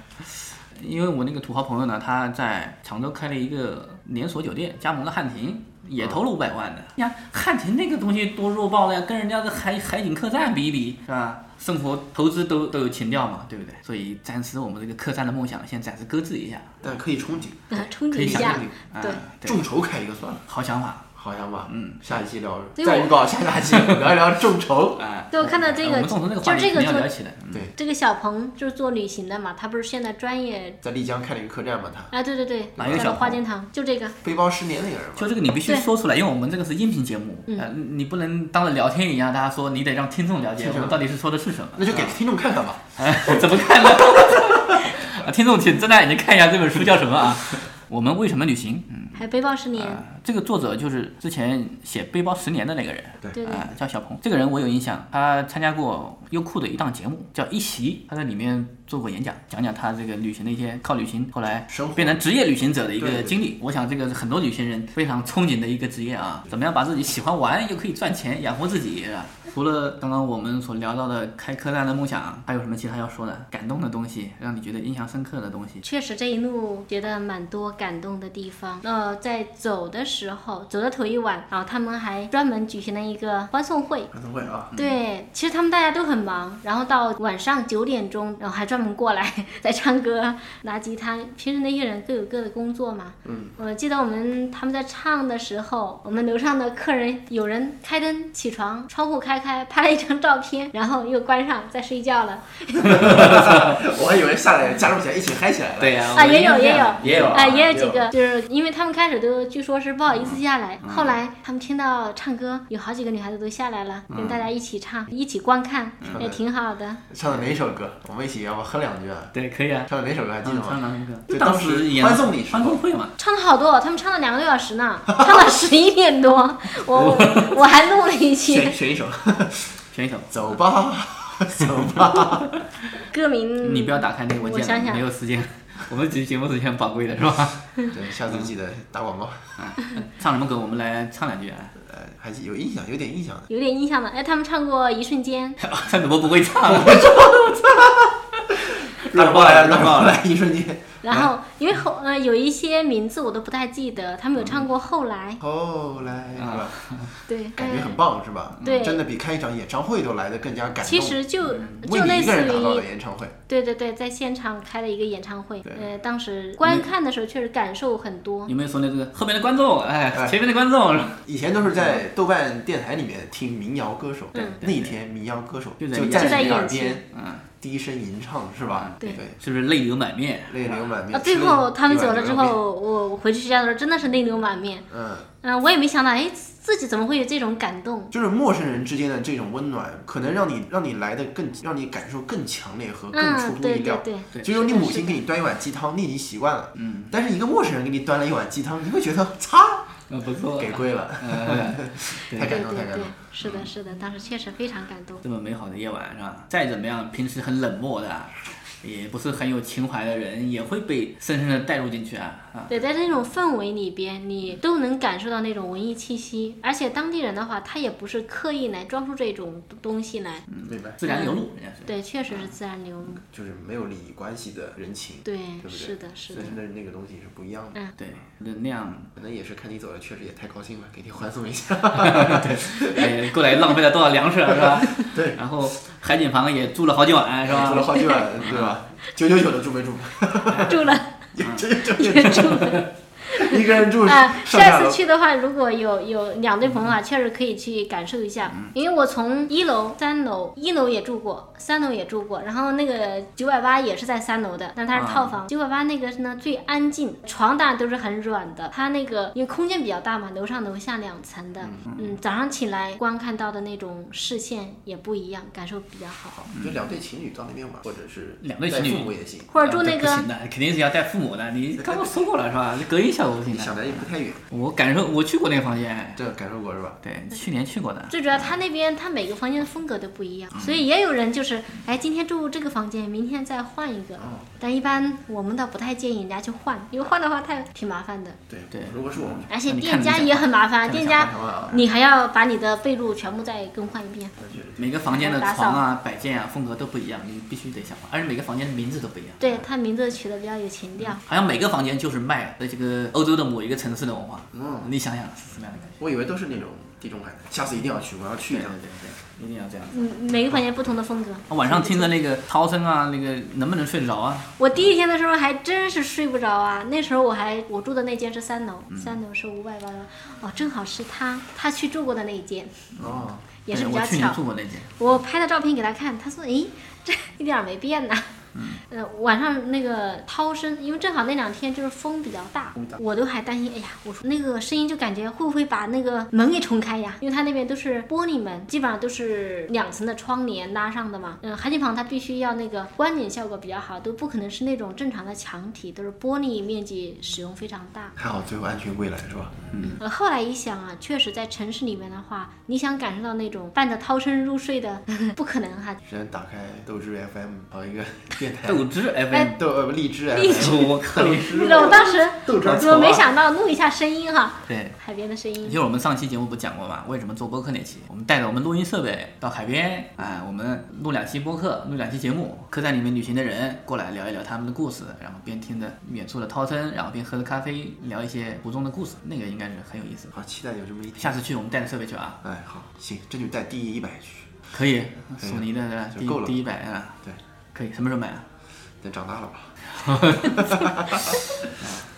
因为我那个土豪朋友呢，他在常州开了一个连锁酒店，加盟了汉庭，也投了五百万的。你看汉庭那个东西多弱爆了呀，跟人家的海海景客栈比一比，是吧？生活投资都都有情调嘛，对不对？所以暂时我们这个客栈的梦想先暂时搁置一下，
但可以憧憬，
[laughs] 呃憧
可
憬
以
一
想
下
象力。啊
对，
对
众筹开一个算了，
好想法。
好像吧。嗯，下一期聊，
对
再
我
预告下下期聊一聊
[laughs]
众筹。
哎，
对我看到这
哎
个
我们纵横这个
就
话题
这个
肯定要
做
聊起来。嗯
对，
这个小鹏就是做旅行的嘛，他不是现在专业
在丽江开了一个客栈嘛，他
啊，对对对，
哪一个
在
小嗯
了花
鹏
间堂，就这个，
背包十年那个人
就
嘛，
这个你必须
对嗯
说出来，因为我们这个是音频节目，呃，你不能当着聊天一样，大家说你得让听众了解
听
我
众
们到底是说的是什么。
那就给听众看看吧。
哎， [laughs] 怎么看呢？
[laughs]
啊，听众请睁大眼睛看一下这本书叫什么啊？我们为什么旅行？嗯，
还有背包十年，
这个作者就是之前写《背包十年》的那个人，
对对
啊、叫小鹏。这个人我有印象，他参加过优酷的一档节目叫《一席》，他在里面做过演讲，讲讲他这个旅行的一些靠旅行后来
生活
变成职业旅行者的一
对
个
对
经历。我想这个是很多旅行人非常憧憬的一个职业啊，怎么样把自己喜欢玩又可以赚钱养活自己？是吧除了刚刚我们所聊到的开客栈的梦想，还有什么其他要说的感动的东西，让你觉得印象深刻的东西？
确实这一路觉得蛮多感动的地方。呃，在走的时候，走的头一晚，然后他们还专门举行了一个欢送会，
发布会
[laughs]
啊，
对，其实他们大家都很忙，然后到晚上九点钟，然后还专门过来 [laughs] 在唱歌、拿吉他。平时那些人各有各的工作嘛。嗯。我记得我们他们在唱的时候，我们楼上的客人有人开灯起床，窗户开开，拍了一张照片，然后又关上，再睡觉了。
我还以为下来加入起来一起嗨起来了。
对呀、
啊，也有也有
也有
啊，也有
也
几
有
个，就是因为他们开始都据说是不好意思下来，
嗯
后来他们听到唱歌，有好几个女孩子都下来了，跟大家一起唱，一起观看，
嗯
也挺好的。
唱的哪首歌？我们一起要不喝两句啊？
对，可以啊。
唱的哪首歌还记得
嗯，唱
吗？
狼人歌，
对
就
当
当
时
时演
欢送你是
欢
吧
送会嘛，
唱了好多，他们唱了两个多小时呢， [laughs] 唱到十一点多，我我我还录了一期
哎
选，选一首，
选一首。
走吧，走吧。
歌
[laughs]
名
你不要打开那个文
我
件
想
了，
想
没有时间。我们节节目时间很宝贵的是吧？
对，下次记得打广告。
唱什么歌？我们来唱两句啊！ [laughs]
呃，还是有印象，有点印象的。
有点印象的，哎，他们唱过《一瞬间》，
他怎么不会唱？ [laughs]
乱报来，乱报来，一瞬间。
然
啊
后因为后呃有一些名字我都不太记得，他们有唱过《后来》，
后来是
啊
吧？
对，
感觉很
呃
棒是吧？嗯
对
真的比开一场演唱会都来的更加感动。
呃其实就
嗯为
就
你
类
一
似
个人打造的
于，
演唱会，
对对对，在现场开了一个演唱会，
对
呃，当时观看的时候确实感受很多，
有没有说那这个后面的观众？
哎
哎，前面的观众是吧
以前都是在豆瓣电台里面听民谣歌手，
对
那一天民谣歌手
就在
就
你
站
嗯就在
你耳
眼前
边
嗯，
低声吟唱是吧？
对
对，
是不是泪流满面？
泪流满
啊，
面。
最后他们走了之
吃一碗牛肉
后，我回去睡觉的时候真的是泪流满面，
面，嗯，
嗯、我也没想到，哎，自己怎么会有这种感动。
就是陌生人之间的这种温暖，可能让你让你来的更让你感受更强烈和更出
嗯，
乎
对
意
对
料。
对，
就是是你
的
母
是
亲
的
给你端一碗鸡汤，你已经习惯了，嗯，但是一个陌生人给你端了一碗鸡汤，你会觉得擦，
嗯，不错
给跪了，
哎嗯
太
对
感动，
对
太感
对
动。，嗯
是的，是的，当时确实非常感动。
这么美好的夜晚是吧？再怎么样，平时很冷漠的，也不是很有情怀的人，也会被深深的带入进去啊啊！
对，在那种氛围里边，你都能感受到那种文艺气息，而且当地人的话，他也不是刻意来装出这种东西来，
嗯明白，
自然流露，人家是。
对，确实是自然流露，
就是没有利益关系的人情，
对，
不对
是的，是的，
真的那个东西是不一样的。
嗯，
对，那那样，
可能也是看你走的，确实也太高兴了，给你欢送一下。 [laughs]
哎，过来浪费了多少粮食啊是吧？
对，哎
然后海景房也住了好几晚是吧
住了？好几晚，对吧？ [laughs] 九九九的住没住？
[laughs] 住了
[laughs] 九九九
也住了。
[laughs] 一个人住
[laughs] 啊，
[laughs] 上下
下
楼
次，去的话，如果有有两对朋友啊，确实可以去感受一下。因为我从一楼、三楼，一楼也住过，三楼也住过，然后那个九百八也是在三楼的，但它是套房。九百八那个呢最安静，床当然都是很软的，它那个因为空间比较大嘛，楼上楼下两层的，嗯，早上起来观看到的那种视线也不一样，感受比较好。
就两对情侣到那边玩，或者是
两对情侣
带父母也行，
或者住那
呃不
个
行的，肯定是要带父母的。你刚刚说过了是吧？隔音效果不行
你想
的。
的也不太远，
我感受，我去过那个房间，
这感受过是吧？
对，去年去过的。
最主要，他那边他每个房间的风格都不一样，所以也有人就是，哎，今天住这个房间，明天再换一个。
哦
但一般我们倒不太建议人家去换，因为换的话太挺麻烦的，
对
对
如果是我们，
而且
那你
店
看
家
你想
也很麻烦，
看
店
你
家
想换什么啊
你还要把你的被褥全部再更换一遍。
每个房间的床啊、摆件啊、风格都不一样，你必须得想，而且每个房间的名字都不一样。
对他名字取的比较有情调，
好像每个房间就是卖的这个欧洲的某一个城市的文化。嗯，你想想是什么样的感觉？
我以为都是那种地中海的，下次一定要去，我要去
对
一
对
趟。
对对，一定要这样。
嗯，每个房间不同的风格。
晚上听着那个涛声啊，那个能不能睡得着啊？
我第一天的时候还真是睡不着啊，那时候我还我住的那间是三楼，
嗯
三楼是五百八十，哦，正好是他他去住过的那一间，
哦，
也是
对
比
我
较
去
巧
年住。过那间，
我拍的照片给他看，他说：“诶，这一点儿没变呐。” [laughs] 呃，晚上那个涛声，因为正好那两天就是风比较大，我都还担心，哎呀，我说那个声音就感觉会不会把那个门给冲开呀？因为它那边都是玻璃门，基本上都是两层的窗帘拉上的嘛。嗯，海景房它必须要那个观景效果比较好，都不可能是那种正常的墙体，都是玻璃面积使用非常大。
还好最后安全归来是吧？
呃，后来一想啊，确实在城市里面的话，你想感受到那种伴着涛声入睡的， [laughs] 不可能哈、
之前打开斗志 FM 搞一个电台，
斗志 FM，
哎
斗呃不荔枝 FM，
荔
[laughs] 我靠，
你知道我当
[laughs]
时
豆汁儿
怎么没
球啊
想到录一下声音哈？
对。
海边的声音
因。为我们上期节目不讲过嘛，为什么做播客那期，我们带着我们录音设备到海边，哎，我们录两期播客，录两期节目，客栈里面旅行的人过来聊一聊他们的故事，然后边听着远处的涛声，然后边喝着咖啡，聊一些途中的故事，那个应该是很有意思的。
好期待有这么一天。
下次去我们带着设备去啊，
哎好，行，争取带第一百去，
可以，索尼的
就
第
够了
第一百啊，
对，
可以，什么时候买啊？
等长大了吧，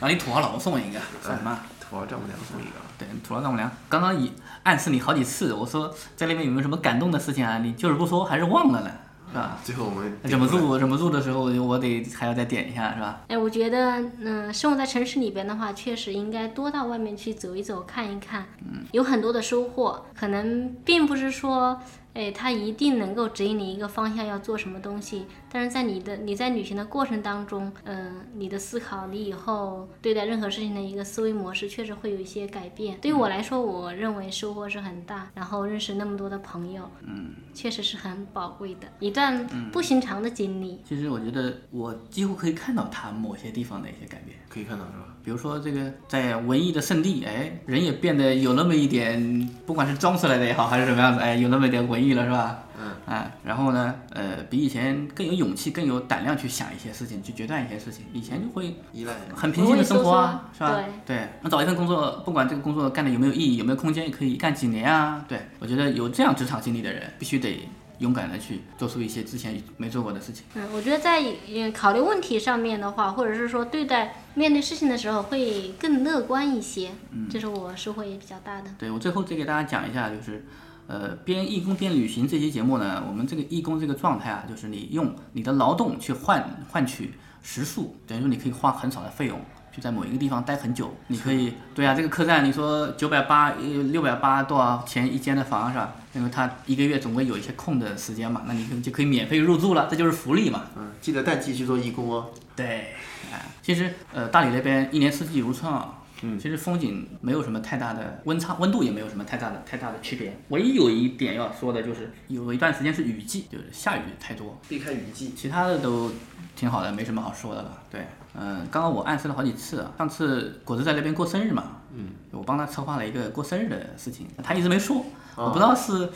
让你土豪老婆送我一个，算什么？
土豪丈母娘送一个啊。
对，土豪丈母娘，刚刚已暗示你好几次，我说在那边有没有什么感动的事情啊？你就是不说，还是忘了呢，是吧？
最后我们
忍不
啊
住，忍不住的时候，我就我得还要再点一下，是吧？
哎，我觉得，嗯、生活在城市里边的话，确实应该多到外面去走一走、看一看，嗯，有很多的收获。可能并不是说，哎，它一定能够指引你一个方向要做什么东西，但是在你的你在旅行的过程当中，嗯、你的思考，你以后对待任何事情的一个思维模式，确实会有一些改变。对于我来说，我认为收获是很大，然后认识那么多的朋友，嗯，确实是很宝贵的一段不寻常的经历。
其实我觉得我几乎可以看到它某些地方的一些改变，
可以看到是吧？
比如说这个在文艺的圣地，哎，人也变得有那么一点，不管是装出来的也好，还是什么样子，哎，有那么一点文艺了，是吧？
嗯，
哎，然后呢，呃，比以前更有勇气、更有胆量去想一些事情，去决断一些事情。以前就会
依赖
很平静的生活啊，是
不会
吧
说？
对，那找一份工作，不管这个工作干的有没有意义，有没有空间，也可以干几年啊。对我觉得有这样职场经历的人，必须得勇敢的去做出一些之前没做过的事情。
嗯，我觉得在嗯考虑问题上面的话，或者是说对待面对事情的时候会更乐观一些，这是我收获也比较大的。
对我最后再给大家讲一下，就是，呃，边义工边旅行这期节目呢，我们这个义工这个状态啊，就是你用你的劳动去换换取食宿，等于说你可以花很少的费用。就在某一个地方待很久，你可以对啊，这个客栈你说九百八、呃六百八多少钱一间的房是吧？那么他一个月总归有一些空的时间嘛，那你可以就可以免费入住了，这就是福利嘛。
嗯，记得淡季去做义工哦。
对，哎，其实呃，大理那边一年四季如春啊。嗯，其实风景没有什么太大的温差，温度也没有什么太大的太大的区别。唯一有一点要说的就是，有一段时间是雨季，就是下雨太多，
避开雨季，
其他的都挺好的，没什么好说的了。对，嗯、刚刚我暗示了好几次啊，上次果子在那边过生日嘛，嗯，我帮他策划了一个过生日的事情，他一直没说，
哦
我不知道是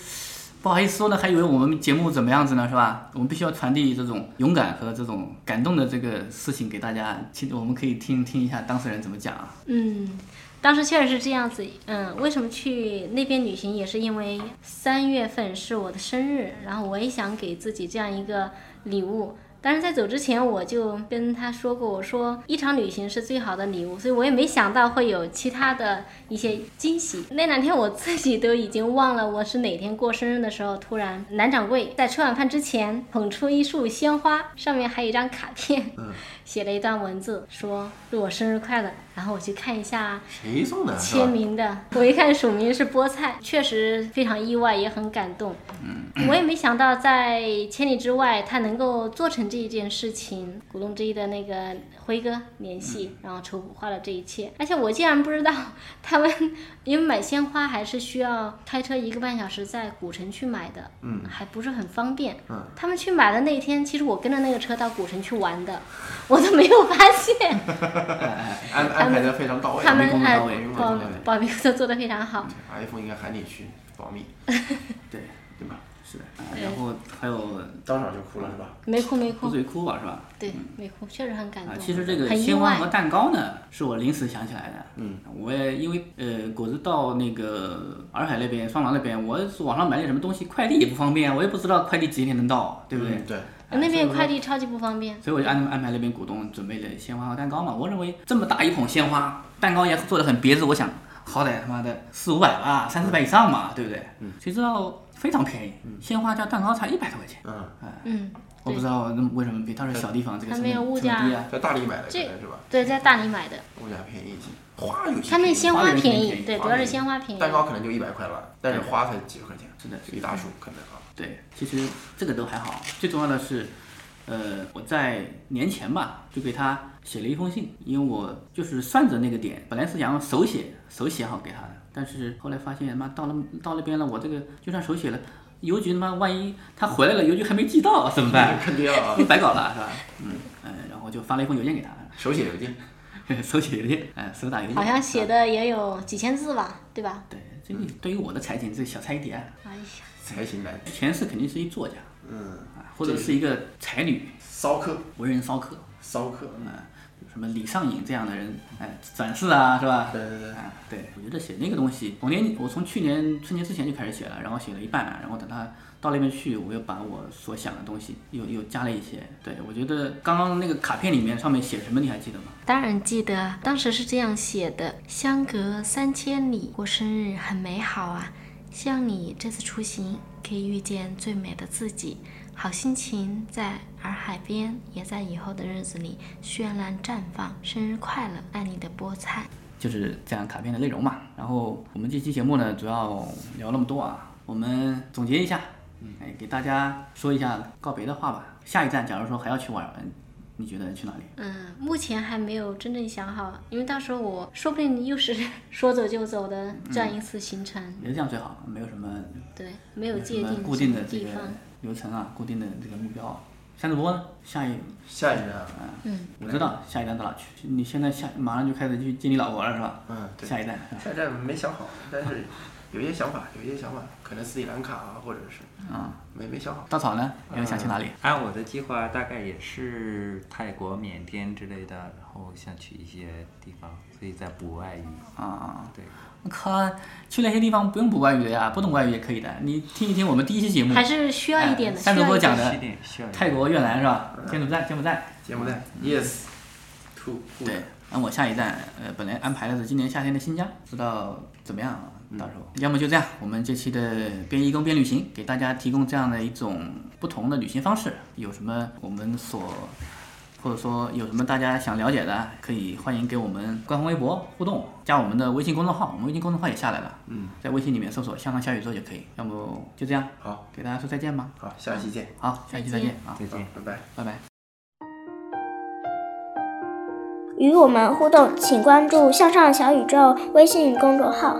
不好意思说呢，还以为我们节目怎么样子呢，是吧？我们必须要传递这种勇敢和这种感动的这个事情给大家，其实我们可以听听一下当事人怎么讲啊。
嗯，当时确实是这样子。嗯，为什么去那边旅行，也是因为三月份是我的生日，然后我也想给自己这样一个礼物。但是在走之前，我就跟他说过，我说一场旅行是最好的礼物，所以我也没想到会有其他的一些惊喜。那两天我自己都已经忘了我是哪天过生日的时候，突然男掌柜在吃晚饭之前捧出一束鲜花，上面还有一张卡片，写了一段文字，说祝我生日快乐。然后我去看一下
谁送的？啊是吧
签名的，我一看署名是菠菜，确实非常意外，也很感动。嗯，我也没想到在千里之外，他能够做成这一件事情，鼓动之一的那个辉哥联系，然后筹划了这一切。而且我竟然不知道他们，因为买鲜花还是需要开车一个半小时在古城去买的，嗯，还不是很方便。
嗯，
他们去买的那天，其实我跟着那个车到古城去玩的，我都没有发 [laughs] 现。
安安排的非常到位。
他们
工作
哎
到位
工作
保
到位
保密工作做得非常好。
iPhone 应该喊你去保密，
对，
对吧？
是的。哎然后还有
当场就哭了是吧？
没哭没
口
哭，
水哭吧，是吧？
对，没哭，确实很感
啊
动。，
其实这个
很意
鲜花
外
和蛋糕呢，是我临时想起来的。嗯，我也因为呃，果子到那个洱海那边、双廊那边，我网上买点什么东西，快递也不方便，我也不知道快递几点能到，对不对？
嗯对，
哎
那边
所以
快递超级不方便。
所以我就安安排那边股东准备了鲜花和蛋糕嘛。我认为这么大一捧鲜花，蛋糕也做的很别致，我想好歹他妈的四五百吧，三四百以上嘛，
嗯
对不对？谁知道非常便宜，鲜花加蛋糕才一百多块钱，
嗯，
嗯，
我不知道那么为什么比他说小地方这个
它
成
没
本
有物
这么
价
低啊，
在大理买的可
这
能是吧？
对，在大理买的，
物价便宜一些，花有些
他们
便宜
鲜
花
花
园
便
便
宜，
宜
对，
花
主要是
园
鲜花便宜。
蛋糕可能就一百块吧，但是花才几十块钱，
是的
这一
嗯
大束可能啊。
对，其实这个都还好，最重要的是，呃，我在年前吧就给他写了一封信，因为我就是算着那个点，本来是想要手写手写好给他的，但是后来发现妈到了到那边了，我这个就算手写了，邮局他妈万一他回来了，邮局还没寄到怎么办？ [laughs]
肯定啊
又，白搞了是吧？嗯嗯，然后就发了一封邮件给他， [laughs]
手写邮件，
手写邮件，嗯，手打邮件，
好像写的也有几千字吧，对吧？
对，这个对于我的才情，这个小菜一碟啊，
哎呀，
才行来，
前世肯定是一作家
嗯，
啊，或者是一个才女，
骚客，
文人骚客。
骚客，嗯
什么李尚影这样的人，哎，展示啊，是吧？
对对对，
啊，对，我觉得写那个东西，从年我从去年春节之前就开始写了，然后写了一半，啊然后等他到那边去，我又把我所想的东西又又加了一些。对，我觉得刚刚那个卡片里面上面写什么你还记得吗？
当然记得，当时是这样写的：相隔三千里，过生日很美好啊。希望你这次出行可以遇见最美的自己，好心情在洱海边，也在以后的日子里绚烂绽放。生日快乐，爱你的菠菜。
就是这样卡片的内容嘛。然后我们这期节目呢，主要聊那么多啊，我们总结一下，
嗯
哎，给大家说一下告别的话吧。下一站，假如说还要去玩，你觉得去哪里？
嗯，目前还没有真正想好，因为到时候我说不定又是说走就走的这样一次行程，
觉得这样最好，没有什么
对，没有界
什么
定
固定的这
地
个
方。
流程啊，固定的这个目标啊。山主播呢？下一
下一站啊，
我知道下一站到哪去。你现在下马上就开始去见你老婆了是吧？
嗯，对，
下一站是吧
下一站没想好，但是有一些想法，有一些想法，可能斯里兰卡啊，或者是
啊，
没没想好。
稻草呢？你又想去哪里？
按哎我的计划，大概也是泰国、缅甸之类的，然后想去一些地方，所以在补外语。
啊，
对，
我靠，去那些地方不用补外语的呀，不懂外语也可以的。你听一听我们第一期节目，
还是需要一点的，
哎
需
山
要一
主播
点。
讲
需
的
点需要一点
泰国、越南是吧？柬埔寨，柬埔寨。
柬埔寨，yes，吐吐
对，那我下一站呃本来安排的是今年夏天的新疆，不知道怎么样啊？到时候，要么就这样，我们这期的边义工边旅行，给大家提供这样的一种不同的旅行方式。有什么我们所或者说有什么大家想了解的，可以欢迎给我们官方微博互动，加我们的微信公众号，我们微信公众号也下来了，嗯，在微信里面搜索“香港小宇宙”就可以。要不就这样，
好，
给大家说再见吧。
好，下期见，
好，下一期再
再
见
见
啊，
再见
嗯。，拜拜。
拜拜。
与我们互动，请关注“向上小宇宙”微信公众号，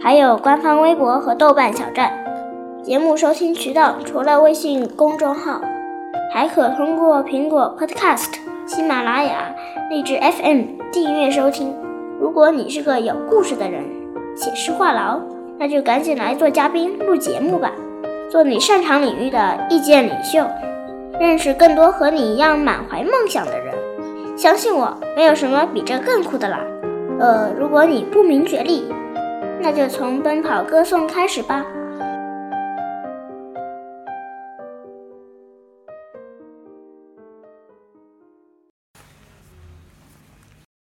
还有官方微博和豆瓣小站。节目收听渠道除了微信公众号，还可通过苹果 Podcast、喜马拉雅、荔枝 FM 订阅收听。如果你是个有故事的人，且是话痨，那就赶紧来做嘉宾录节目吧，做你擅长领域的意见领袖，认识更多和你一样满怀梦想的人。相信我，没有什么比这更酷的啦。呃，如果你不明觉厉，那就从奔跑歌颂开始吧。